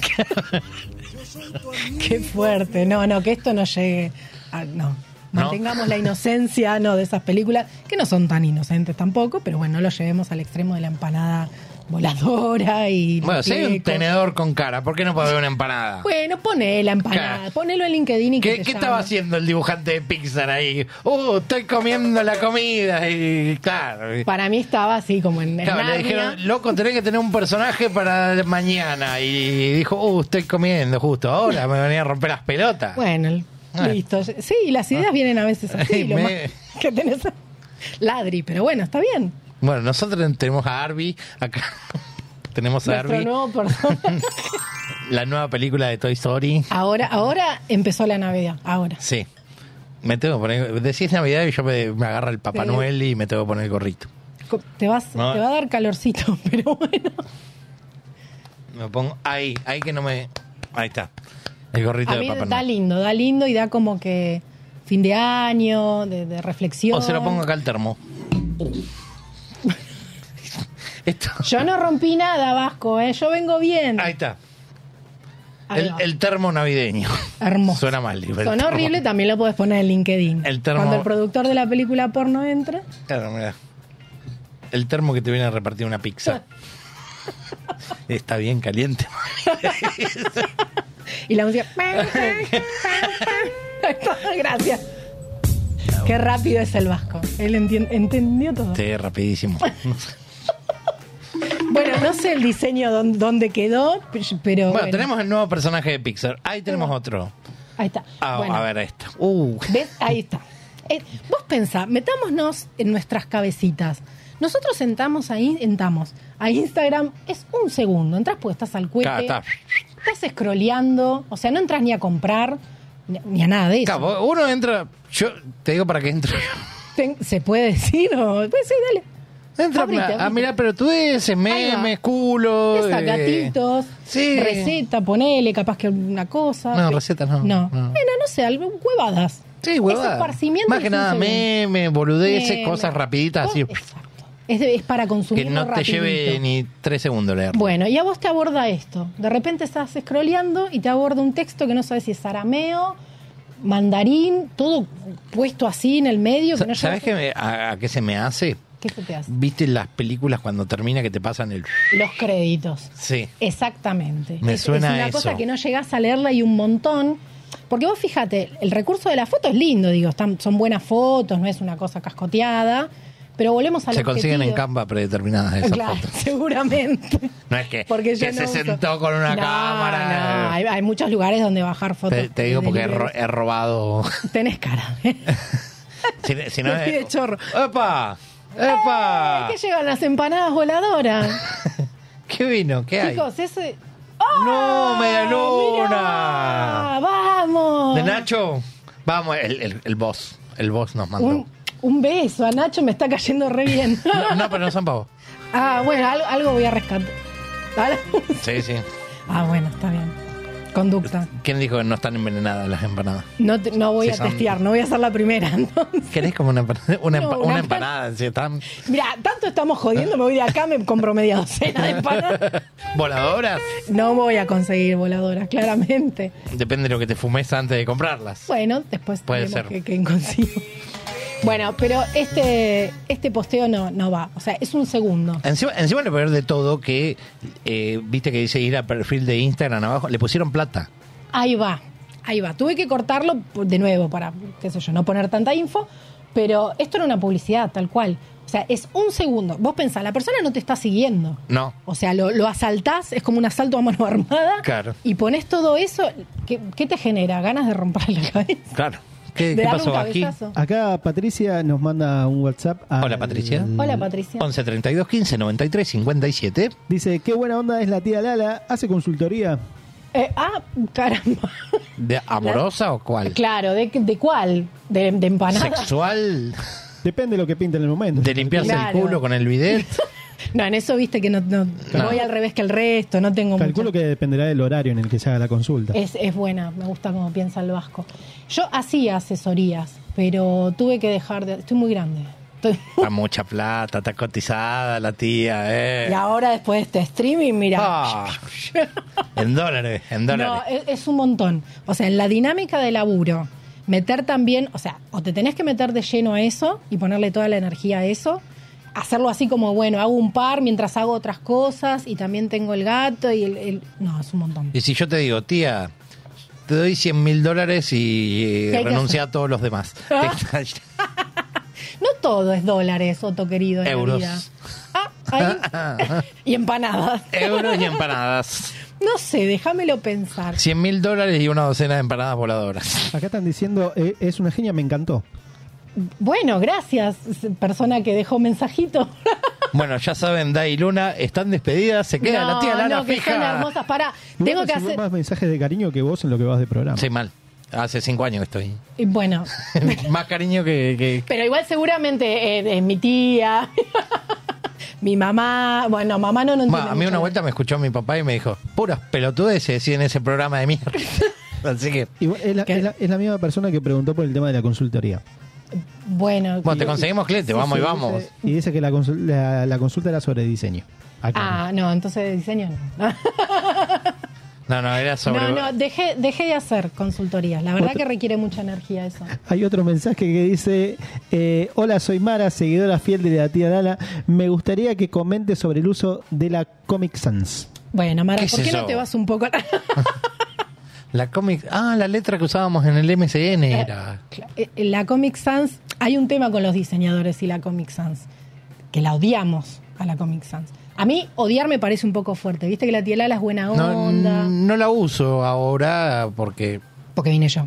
qué fuerte. No, no, que esto no llegue. a- no. No. Mantengamos la inocencia no de esas películas, que no son tan inocentes tampoco, pero bueno, no lo llevemos al extremo de la empanada voladora y. Pues, Bueno, si hay un reflecos. tenedor con cara, ¿por qué no puede haber una empanada? Bueno, poné la empanada, Claro. ponelo en LinkedIn y que ¿Qué, te qué llame. estaba haciendo el dibujante de Pixar ahí? Uh, estoy comiendo la comida y claro. y- Para mí estaba así como en. en Claro, le Narnia. dijeron, loco, tenés que tener un personaje para mañana. Y dijo, uh, estoy comiendo justo ahora, me venía a romper las pelotas. Bueno, el- Ah. listo. Sí, las ideas vienen a veces *laughs* así. lo Me- más que tenés *laughs* ladri, pero bueno, está bien. Bueno, nosotros tenemos a Arby acá. *laughs* tenemos a Nuestro Arby, nuevo personaje. la nueva película de Toy Story. *laughs* Ahora, ahora empezó la Navidad, ahora. Sí. Me tengo que poner. Decís Navidad y yo me, me agarra el Papá Sí. Noel y me tengo que poner el gorrito. Co- Te, vas, No. te va a dar calorcito, *laughs* pero bueno. Me pongo ahí, ahí que no me. Ahí está. El gorrito A de mí Papá da Noel. lindo, da lindo y da como que fin de año, de, de reflexión. O se lo pongo acá al termo. *laughs* Esto. Yo no rompí nada, Vasco, ¿eh? yo vengo bien. Ahí está. Ahí El, va. el termo navideño. Hermoso. Suena mal. digo, el Sonó termo. horrible, también lo puedes poner en LinkedIn. El termo- Cuando el productor de la película porno entra, Claro, mirá. El termo que te viene a repartir una *laughs* pizza. Está bien caliente. *laughs* Y la música. *laughs* Gracias. Qué rápido es el vasco. Él entien- entendió todo. Sí, *laughs* rapidísimo. Bueno, no sé el diseño dón- dónde quedó, pero. Bueno, tenemos el nuevo personaje de Pixar. Ahí tenemos otro. Ahí está. Ah, Bueno, A ver, esta. Uh, ¿Ves? Ahí está. Eh, vos pensá, metámonos en nuestras cabecitas. Nosotros sentamos ahí, entramos a Instagram, es un segundo. Entras porque estás al cuete. Claro, está. Estás scrolleando, o sea, no entras ni a comprar, ni- ni a nada de eso. Claro, vos- uno entra. Yo te digo para qué entro. Ten- ¿Se puede decir? O, pues sí, dale. *laughs* Entra Abrite, para- ah, abrite. mirá, pero tú dices Ahí va. memes, culo. Esa, eh, gatitos, sí. receta, ponele, capaz que una cosa. No, receta no, no. Ah. No. Bueno, no sé, algo, huevadas. Sí, huevada. Es esparcimiento Más y que es nada un segundo. memes, boludeces, Meme. cosas rapiditas. así, Exacto. Es, de- es para consumir que no te lleve ni tres segundos leer. Bueno, y a vos te aborda esto. De repente estás scrolleando y te aborda un texto que no sabes si es arameo, mandarín, todo puesto así en el medio. Que no ¿Sabes llevas- qué me- a, a qué se me hace? ¿Qué se te hace? ¿Viste las películas cuando termina que te pasan el... Los créditos. Sí. Exactamente. Me es, suena es una a cosa eso. que no llegás a leerla y un montón. Porque vos fíjate, el recurso de la foto es lindo, digo, están, son buenas fotos, no es una cosa cascoteada, pero volvemos al Se consiguen en objetivo. Canva predeterminadas esas Claro, fotos. *laughs* *laughs* seguramente. No es que, Porque yo que se no uso- sentó con una No, cámara. no, hay, hay muchos lugares donde bajar fotos. te, te digo de porque he, ro- libros. he *laughs* robado... Tenés *laughs* cara. ¿eh? si, si no *laughs* Me es- pide chorro. Eh, ¡Epa! ¡Epa! Ah. *laughs* ¿Qué llegan las empanadas voladoras? ¿Qué vino? *laughs* ¿Qué hay? Chicos, ese... ¡No, media ¡Ay, mirá! luna! ¡Vamos! ¿De Nacho? Vamos, el, el, el boss. El boss nos mandó. Un, un beso a Nacho, me está cayendo re *laughs* bien. No, no, pero no son pavos. ah, bueno, algo, algo voy a rescatar. ¿Vale? Sí, sí. Ah, bueno, está bien. Conducta. ¿Quién dijo que no están envenenadas las empanadas? No, te- no voy Sí, a son- testear, no voy a ser la primera. entonces. ¿Querés como una empanada? Una, No, empa- una una empan- empanada, sí, *laughs* están Mira, tanto estamos jodiendo, me voy de acá, me compro media docena de empanadas. *laughs* voladoras. No voy a conseguir voladoras, claramente. Depende de lo que te fumes antes de comprarlas. Bueno, después Puede tenemos ser. que, que consigo. Bueno, pero este, este posteo no, no va. O sea, es un segundo. Encima, encima lo peor de todo que, eh, viste que dice ir a perfil de Instagram abajo, le pusieron plata. Ahí va, ahí va. Tuve que cortarlo por- de nuevo para, qué sé yo, no poner tanta info, pero esto era una publicidad tal cual. O sea, es un segundo. Vos pensás, la persona no te está siguiendo. No. O sea, lo, lo asaltás, es como un asalto a mano *laughs* armada. Claro. Y pones todo eso, ¿qué, qué te genera? ¿Ganas de romper la cabeza? Claro. ¿Qué, ¿De qué darle un pasó aquí? cabezazo? Acá Patricia nos manda un WhatsApp. al- Hola, Patricia. Hola, Patricia. 11 32 15 93 57. Dice, qué buena onda es la tía Lala, hace consultoría. Eh, ah, caramba. *laughs* ¿De amorosa o cuál? Claro, ¿de, de cuál? ¿De, de empanada? ¿Sexual? Depende de lo que pinta en el momento. ¿De limpiarse Claro. el culo con el *laughs* bidet? No, en eso viste que no, no- voy al revés que el resto, no tengo mucho. Calculo que dependerá del horario en el que se haga la consulta. Es, es buena, me gusta como piensa el vasco. Yo hacía asesorías, pero tuve que dejar de... Estoy muy grande. *laughs* Estoy- Está mucha plata, está cotizada la tía, Y eh. ahora después de este streaming, mira... Ah, en dólares, en no, eh. dólares. es, es un montón. O sea, en la dinámica de laburo, meter también... O sea, o te tenés que meter de lleno a eso y ponerle toda la energía a eso, hacerlo así como, bueno, hago un par mientras hago otras cosas y también tengo el gato y el... el- No, es un montón. Y si yo te digo, tía, te doy 100 mil dólares y eh, ¿Qué hay que renuncia a todos los *laughs* demás. No todo es dólares, Otto querido. en la Euros. vida. Ah, *laughs* ahí. y empanadas. Euros y empanadas. No sé, déjamelo pensar. 100 mil dólares y una docena de empanadas voladoras. Acá están diciendo, "Eh, es una genia, me encantó. Bueno, gracias, persona que *laughs* dejó mensajito. Bueno, ya saben, Dai y Luna están despedidas, se queda no, la tía Lana no, que son fija. hermosas. Pará, Luna tengo que recibió hacer... más mensajes de cariño que vos en lo que vas de programa. Sí, mal. Hace cinco años que estoy. *laughs* Y Bueno, Más cariño que, que- pero igual seguramente eh, es mi tía, *laughs* mi mamá... Bueno, mamá no, no entiende Ma, a mí mucho. una vuelta me escuchó mi papá y me dijo, puras pelotudeces en ese programa de mierda. *laughs* Así que, Igual es, la, es la- es la misma persona que preguntó por el tema de la consultoría. Bueno, bueno, te y- conseguimos cliente, Sí, vamos sí, y vamos. dice- y dice que la, consul- la- la consulta era sobre diseño. Acá. Ah, no, entonces de diseño no. *laughs* No, no, era sobre... No, no, dejé, dejé de hacer consultorías. La verdad que requiere mucha energía eso. Hay otro mensaje que dice, eh, hola, soy Mara, seguidora fiel de la tía Lala. Me gustaría que comente sobre el uso de la Comic Sans. Bueno, Mara, ¿Qué es ¿por qué eso? no te vas un poco? *laughs* a- La cómic... Ah, la letra que usábamos en el MCN era... Eh, la Comic Sans, hay un tema con los diseñadores y la Comic Sans, que la odiamos a la Comic Sans. A mí odiar me parece un poco fuerte. Viste que la tía Lala es buena No, onda. no la uso ahora porque... mm, Porque vine yo.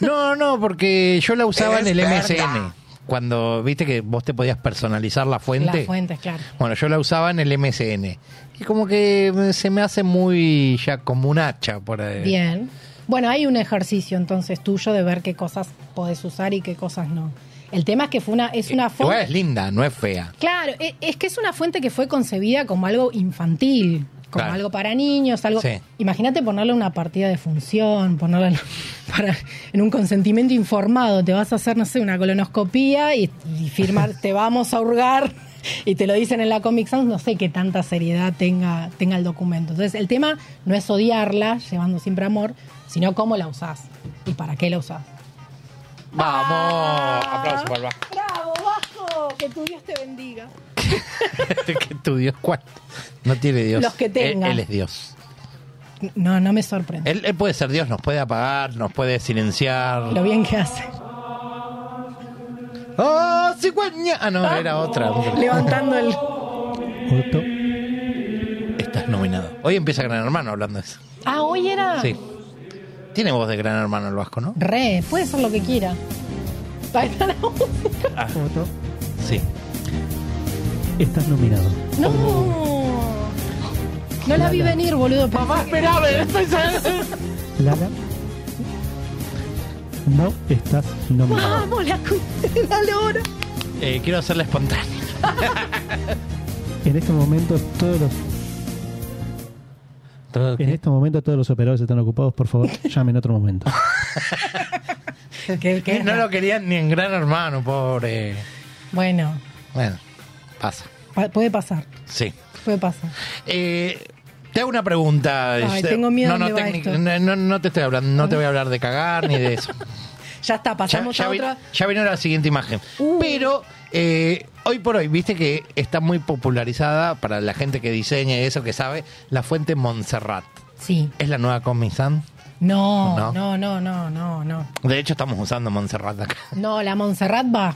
No, no, porque yo la usaba en Es el verdad. MSN. Cuando viste que vos te podías personalizar la fuente. Las fuentes, claro. Bueno, yo la usaba en el MSN. Y como que se me hace muy ya como un hacha por Eh. ahí. Bien. Bueno, hay un ejercicio entonces tuyo de ver qué cosas podés usar y qué cosas no. El tema es que fue una, es una Igual fuente. es linda, no es fea. Claro, e- es que es una fuente que fue concebida como algo infantil, como Claro. algo para niños, algo. Sí. Imagínate ponerle una partida de función, ponerle en- *laughs* para- en un consentimiento informado, te vas a hacer, no sé, una colonoscopía y, y *laughs* firmar, te vamos a hurgar y te lo dicen en la Comic Sans, no sé qué tanta seriedad tenga, tenga el documento. Entonces, el tema no es odiarla, llevando siempre amor, sino cómo la usás y para qué la usás. Vamos. Ah. Aplauso para el *laughs* Vasco. ¡Bravo, Vasco! Que tu Dios te bendiga. Este que tu Dios, ¿cuál? No tiene Dios. Los que Él- tenga. Él, es Dios. No, no me sorprende. Él, él puede ser Dios, nos puede apagar, nos puede silenciar. Lo bien que hace. ¡Oh, cigüeña! Ah, no, era otra. Levantando el. Otto. Estás nominado. Hoy empieza Gran Hermano hablando de eso. Ah, hoy era. Sí. Tiene voz de Gran Hermano el Vasco, ¿no? Re, puede ser lo que quiera. Ahí está la música. Otto, Sí. Estás nominado. No. No la vi venir, boludo. Mamá, Lala, no estás nominado. Vamos, la cu- *laughs* dale ahora. Eh, quiero hacerla espontánea. En este momento todos los en este momento todos los operadores están ocupados, por favor, llame en otro momento. ¿Qué- qué? No lo querían ni en Gran Hermano, pobre. Bueno, Bueno, pasa. pa- puede pasar. Sí. Puede pasar. Eh, te hago una pregunta. Ay, Este, tengo miedo No, no, dónde va técnic- esto. no, no, no te estoy hablando, no te voy a hablar de cagar ni de *laughs* eso. Ya está, ya, pasamos ya a vi- otra. ya vino la siguiente imagen. Uh. Pero eh, hoy por hoy, viste que está muy popularizada para la gente que diseña y eso que sabe, la fuente Montserrat. Sí. Es la nueva Comic Sans. No, No. no, no, no, no, no. De hecho, estamos usando Montserrat acá. No, la Montserrat va.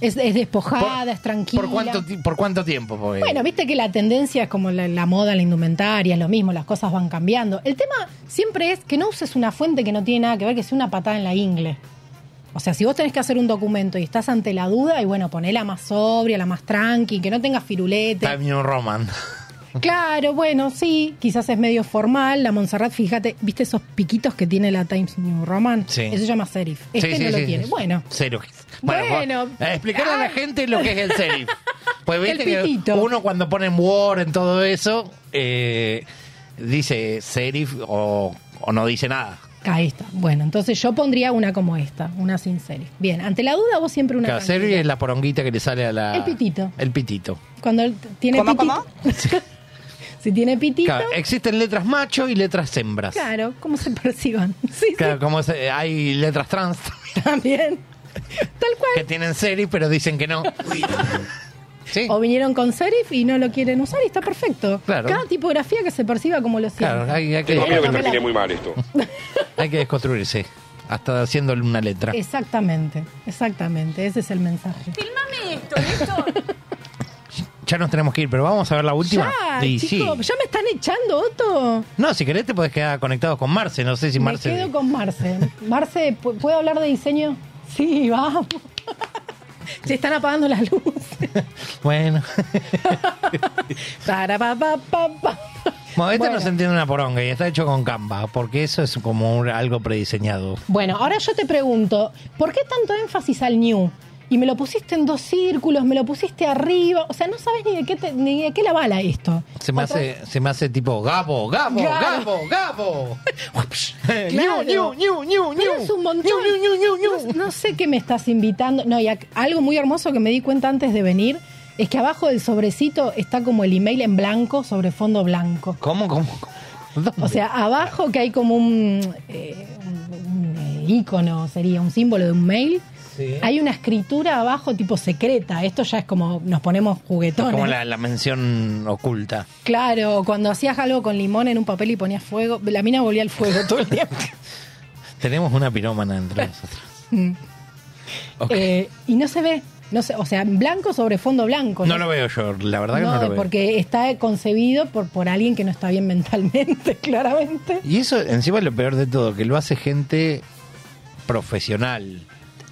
Es, es despojada, es tranquila. ¿Por cuánto, ti- por cuánto tiempo? Porque- Bueno, viste que la tendencia es como la, la moda, la indumentaria, es lo mismo, las cosas van cambiando. El tema siempre es que no uses una fuente que no tiene nada que ver, que sea una patada en la ingle. O sea, si vos tenés que hacer un documento y estás ante la duda, y bueno, poné la más sobria, la más tranqui, que no tenga firulete. *laughs* Time New Roman. Claro, bueno, sí, quizás es medio formal. La Montserrat, fíjate, ¿viste esos piquitos que tiene la Times New Roman? Sí. Eso se llama serif. Este Sí, no sí, lo sí, tiene. sí. Bueno, Cero. Bueno, Bueno. bueno explicarle a la Ay. gente lo que es el serif. *laughs* Pues El viste que pitito. uno cuando pone en Word en todo eso, eh, dice serif o, o no dice nada. ahí está. Bueno, entonces yo pondría una como esta, una sin serif. Bien, ante la duda vos siempre una Claro, tranquila. serif es la poronguita que le sale a la... El pitito. El pitito. Cuando él t- tiene ¿Cómo, pitito. *laughs* si tiene pitito, Claro, claro, existen letras macho y letras hembras. ¿cómo se perciban? *laughs* Sí, Claro, como se- hay letras trans *laughs* sí, también. Tal que cual. *laughs* tienen serif pero dicen que no. Sí. O vinieron con serif y no lo quieren usar y está perfecto. Claro. Cada tipografía que se perciba como lo siente. Claro, hay, hay Tengo miedo que que, termine muy mal esto. hay que desconstruirse. Hasta haciéndole una letra. Exactamente, exactamente. Ese es el mensaje. Filmame esto, esto. Ya nos tenemos que ir, pero vamos a ver la última. Ya, Y chico, ya me están echando, Otto. No, si querés te podés quedar conectado con Marce. No sé si Marce. Me quedo con Marce. Marce, ¿pu- ¿puedo hablar de diseño? Sí, vamos. *laughs* Se están apagando las luces. *laughs* *laughs* Bueno. Para, pa, pa, pa, pa. Bueno, este no se entiende una poronga y está hecho con Canva, porque eso es como un- algo prediseñado. Bueno, ahora yo te pregunto, ¿por qué tanto énfasis al new? Y me lo pusiste en dos círculos, me lo pusiste arriba. O sea, no sabes ni de qué, te- ni de qué la bala esto. Se me, Otra- hace, se me hace tipo Gabo, Gabo, Gabo. *laughs* Gabo! Claro. Ñu, Ñu, Ñu, Pero Ñu. es un montón. No, no sé qué me estás invitando. No, y ac- algo muy hermoso que me di cuenta antes de venir es que abajo del sobrecito está como el email en blanco sobre fondo blanco. ¿Cómo, cómo? cómo? ¿Dónde? O sea, abajo que hay como un, eh, un- un, eh, ícono, sería un símbolo de un mail. Sí. Hay una escritura abajo tipo secreta. Esto ya es como nos ponemos juguetones. como la, la mención oculta. Claro, cuando hacías algo con limón en un papel y ponías fuego, la mina volvía al fuego *laughs* todo el tiempo. Tenemos una pirómana entre nosotros. Mm. *laughs* Ok. Eh, y no se ve, no se, o sea, en blanco sobre fondo blanco. No lo veo yo, la verdad que no, No, eh, lo veo. porque está concebido por, por alguien que no está bien *laughs* mentalmente, claramente. Y eso encima es lo peor de todo, que lo hace gente profesional,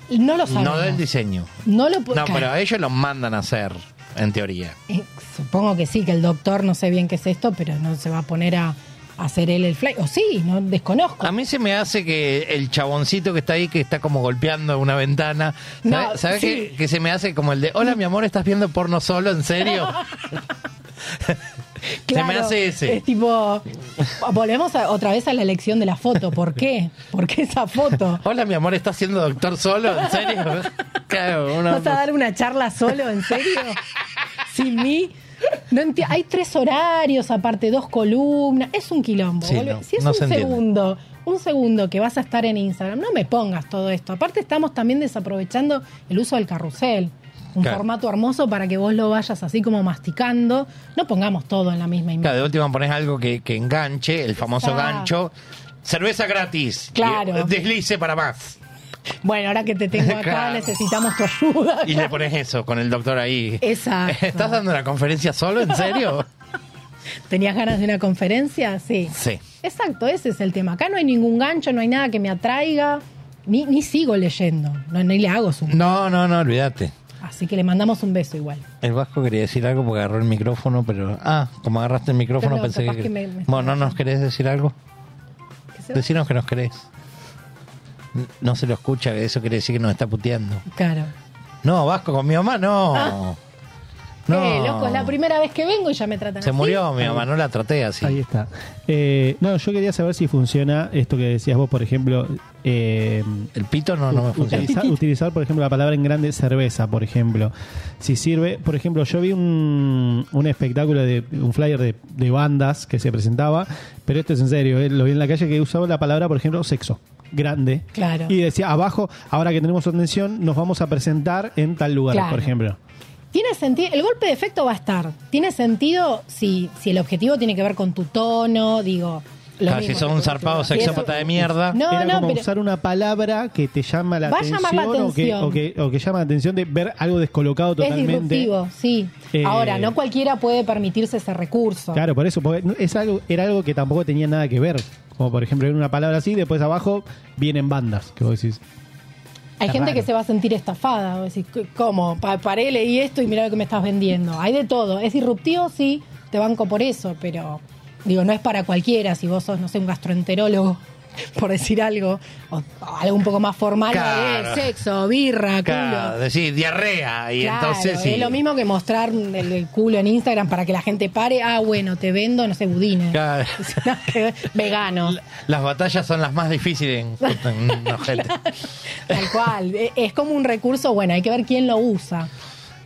Y No lo sabemos. no del diseño. No lo pu- No, claro. pero a ellos los mandan a hacer, en teoría. Eh, Supongo que sí, que el doctor no sé bien qué es esto, pero no se va a poner a, a hacer él el fly. O sí, no desconozco. A mí se me hace que el chaboncito que está ahí, que está como golpeando una ventana, ¿sabes No, ¿sabe sí. que, que se me hace como el de, hola mi amor, ¿estás viendo porno solo? ¿En *laughs* serio? *laughs* Ah, se me Claro, hace Es ese. tipo, volvemos a- otra vez a la elección de la foto. ¿Por qué? ¿Por qué esa foto? Hola mi amor, ¿estás siendo doctor solo? ¿En *laughs* serio? claro, una- ¿Vas a dar una charla solo, *laughs* en serio? Sin mí. No enti- Hay tres horarios, aparte dos columnas. Es un quilombo. Sí, boludo. no, si es no un se entiende. segundo, un segundo que vas a estar en Instagram, no me pongas todo esto. Aparte estamos también desaprovechando el uso del carrusel. Un Claro. formato hermoso para que vos lo vayas así como masticando. No pongamos todo en la misma imagen. Claro, de última pones algo que, que enganche, el famoso Exacto. gancho. Cerveza gratis. Claro. Y, eh, deslice para más. Bueno, ahora que *laughs* te tengo acá, Claro. necesitamos tu ayuda. Y le pones eso con el doctor ahí. *laughs* Exacto. ¿Estás dando una conferencia solo? ¿En serio? ¿Tenías ganas de una conferencia? *laughs* Sí. Sí. Exacto, ese es el tema. Acá no hay ningún gancho, no hay nada que me atraiga. Ni, ni sigo leyendo, no, ni le hago su... No, no, no, olvídate. Así que le mandamos un beso igual. El Vasco quería decir algo porque agarró el micrófono, pero. Ah, como agarraste el micrófono Perdón, pensé capaz que. que me- me- Bueno, ¿no nos querés decir algo? ¿Qué se va? Decinos que nos querés. N- No se lo escucha, eso quiere decir que nos está puteando. Claro. No, Vasco, con mi mamá no. Ah. No. *laughs* Eh, loco, es la primera vez que vengo y ya me tratan Se así. murió mi mamá, no la traté Ahí así. está. Eh, no, yo quería saber si funciona esto que decías vos, por ejemplo. eh, El pito no, no me ut- funciona. *laughs* utilizar, utilizar, por ejemplo, la palabra en grande cerveza, por ejemplo. Si sirve, por ejemplo, yo vi un, un espectáculo de un flyer de, de bandas que se presentaba, pero esto es en serio, eh, lo vi en la calle que usaba la palabra, por ejemplo, sexo. Grande. Claro. Y decía, abajo, ahora que tenemos atención, nos vamos a presentar en tal lugar, Claro. por ejemplo. Tiene sentido, el golpe de efecto va a estar. Tiene sentido si, si el objetivo tiene que ver con tu tono, digo... Lo Ah, si mismo. sos un zarpado Si es un- sexópata de mierda. No, Era no, como pero- usar una palabra que te llama la Va a atención, llamar la o que- atención. O, que, o que llama la atención de ver algo descolocado Es totalmente. disruptivo, sí. Eh, Ahora, no cualquiera puede permitirse ese recurso. Claro, por eso, porque no- es algo, era algo que tampoco tenía nada que ver. Como por ejemplo, era una palabra así, después abajo vienen bandas, que vos decís. Hay Es gente raro. que se va a sentir estafada. Va a decir, ¿cómo? Pa- paré, leí esto y mira lo que me estás vendiendo. Hay de todo. Es disruptivo, sí, te banco por eso, pero digo, no es para cualquiera. Si vos sos, no sé, un gastroenterólogo, *laughs* por decir algo, o, o algo un poco más formal, Claro. eh, sexo, birra, Claro, culo. decís diarrea y Claro, entonces sí. es lo mismo que mostrar el, el culo en Instagram para que la gente pare. Ah, bueno, te vendo, no sé, budines. *laughs* Claro. Nada que ver. Vegano. Las batallas son las más difíciles. *laughs* en- No, gente. Tal cual. E- Es como un recurso, bueno, hay que ver quién lo usa.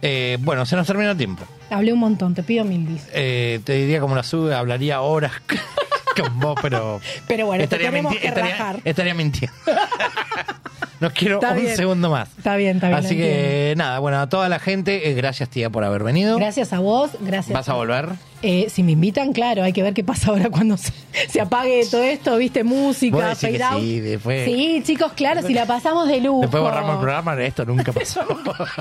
Eh, bueno, se nos terminó el tiempo. Hablé un montón, te pido mil dis. Eh, te diría como la sube, hablaría horas. *laughs* chombo, pero. Pero bueno, te tenemos minti- que estaría- rajar. estaría mintiendo. *laughs* No quiero Está un bien. segundo más. Está bien, está bien. Así que nada, bueno, a toda la gente, eh, gracias tía por haber venido. Gracias a vos, gracias. ¿Vas a volver? Eh, si me invitan, claro, hay que ver qué pasa ahora cuando *laughs* se, se apague todo esto, viste, Vos música, decís que fade out. sí, después- Sí, chicos, claro, si la pasamos de lujo. Después borramos el programa, esto nunca *laughs* pasó.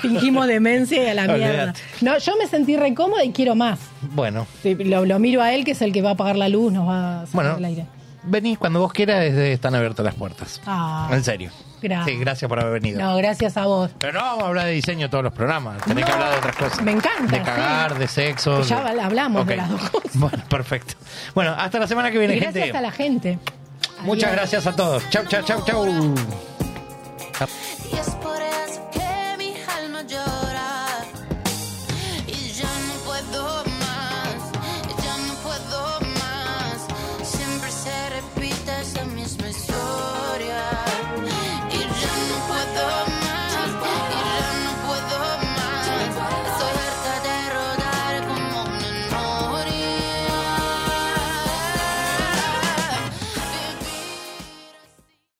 Fingimos demencia y a la *laughs* Olvídate. mierda. No, yo me sentí re cómoda y quiero más. bueno, Sí, Lo, lo miro a él, que es el que va a apagar la luz, nos va a sacar Bueno. el aire. venís cuando vos quieras, desde están abiertas las puertas. Ah, En serio. gracias. Sí, gracias por haber venido. No, gracias a vos. Pero no vamos a hablar de diseño de todos los programas. Tenés que hablar de otras cosas. Me encanta, Pues De cagar, de sexo. Ya de- hablamos de Ok. *laughs* las dos cosas. Bueno, perfecto. Bueno, hasta la semana que Y viene, gracias gente. a la gente. Muchas Adiós. gracias a todos. Chau, chau, chau, chau. Diez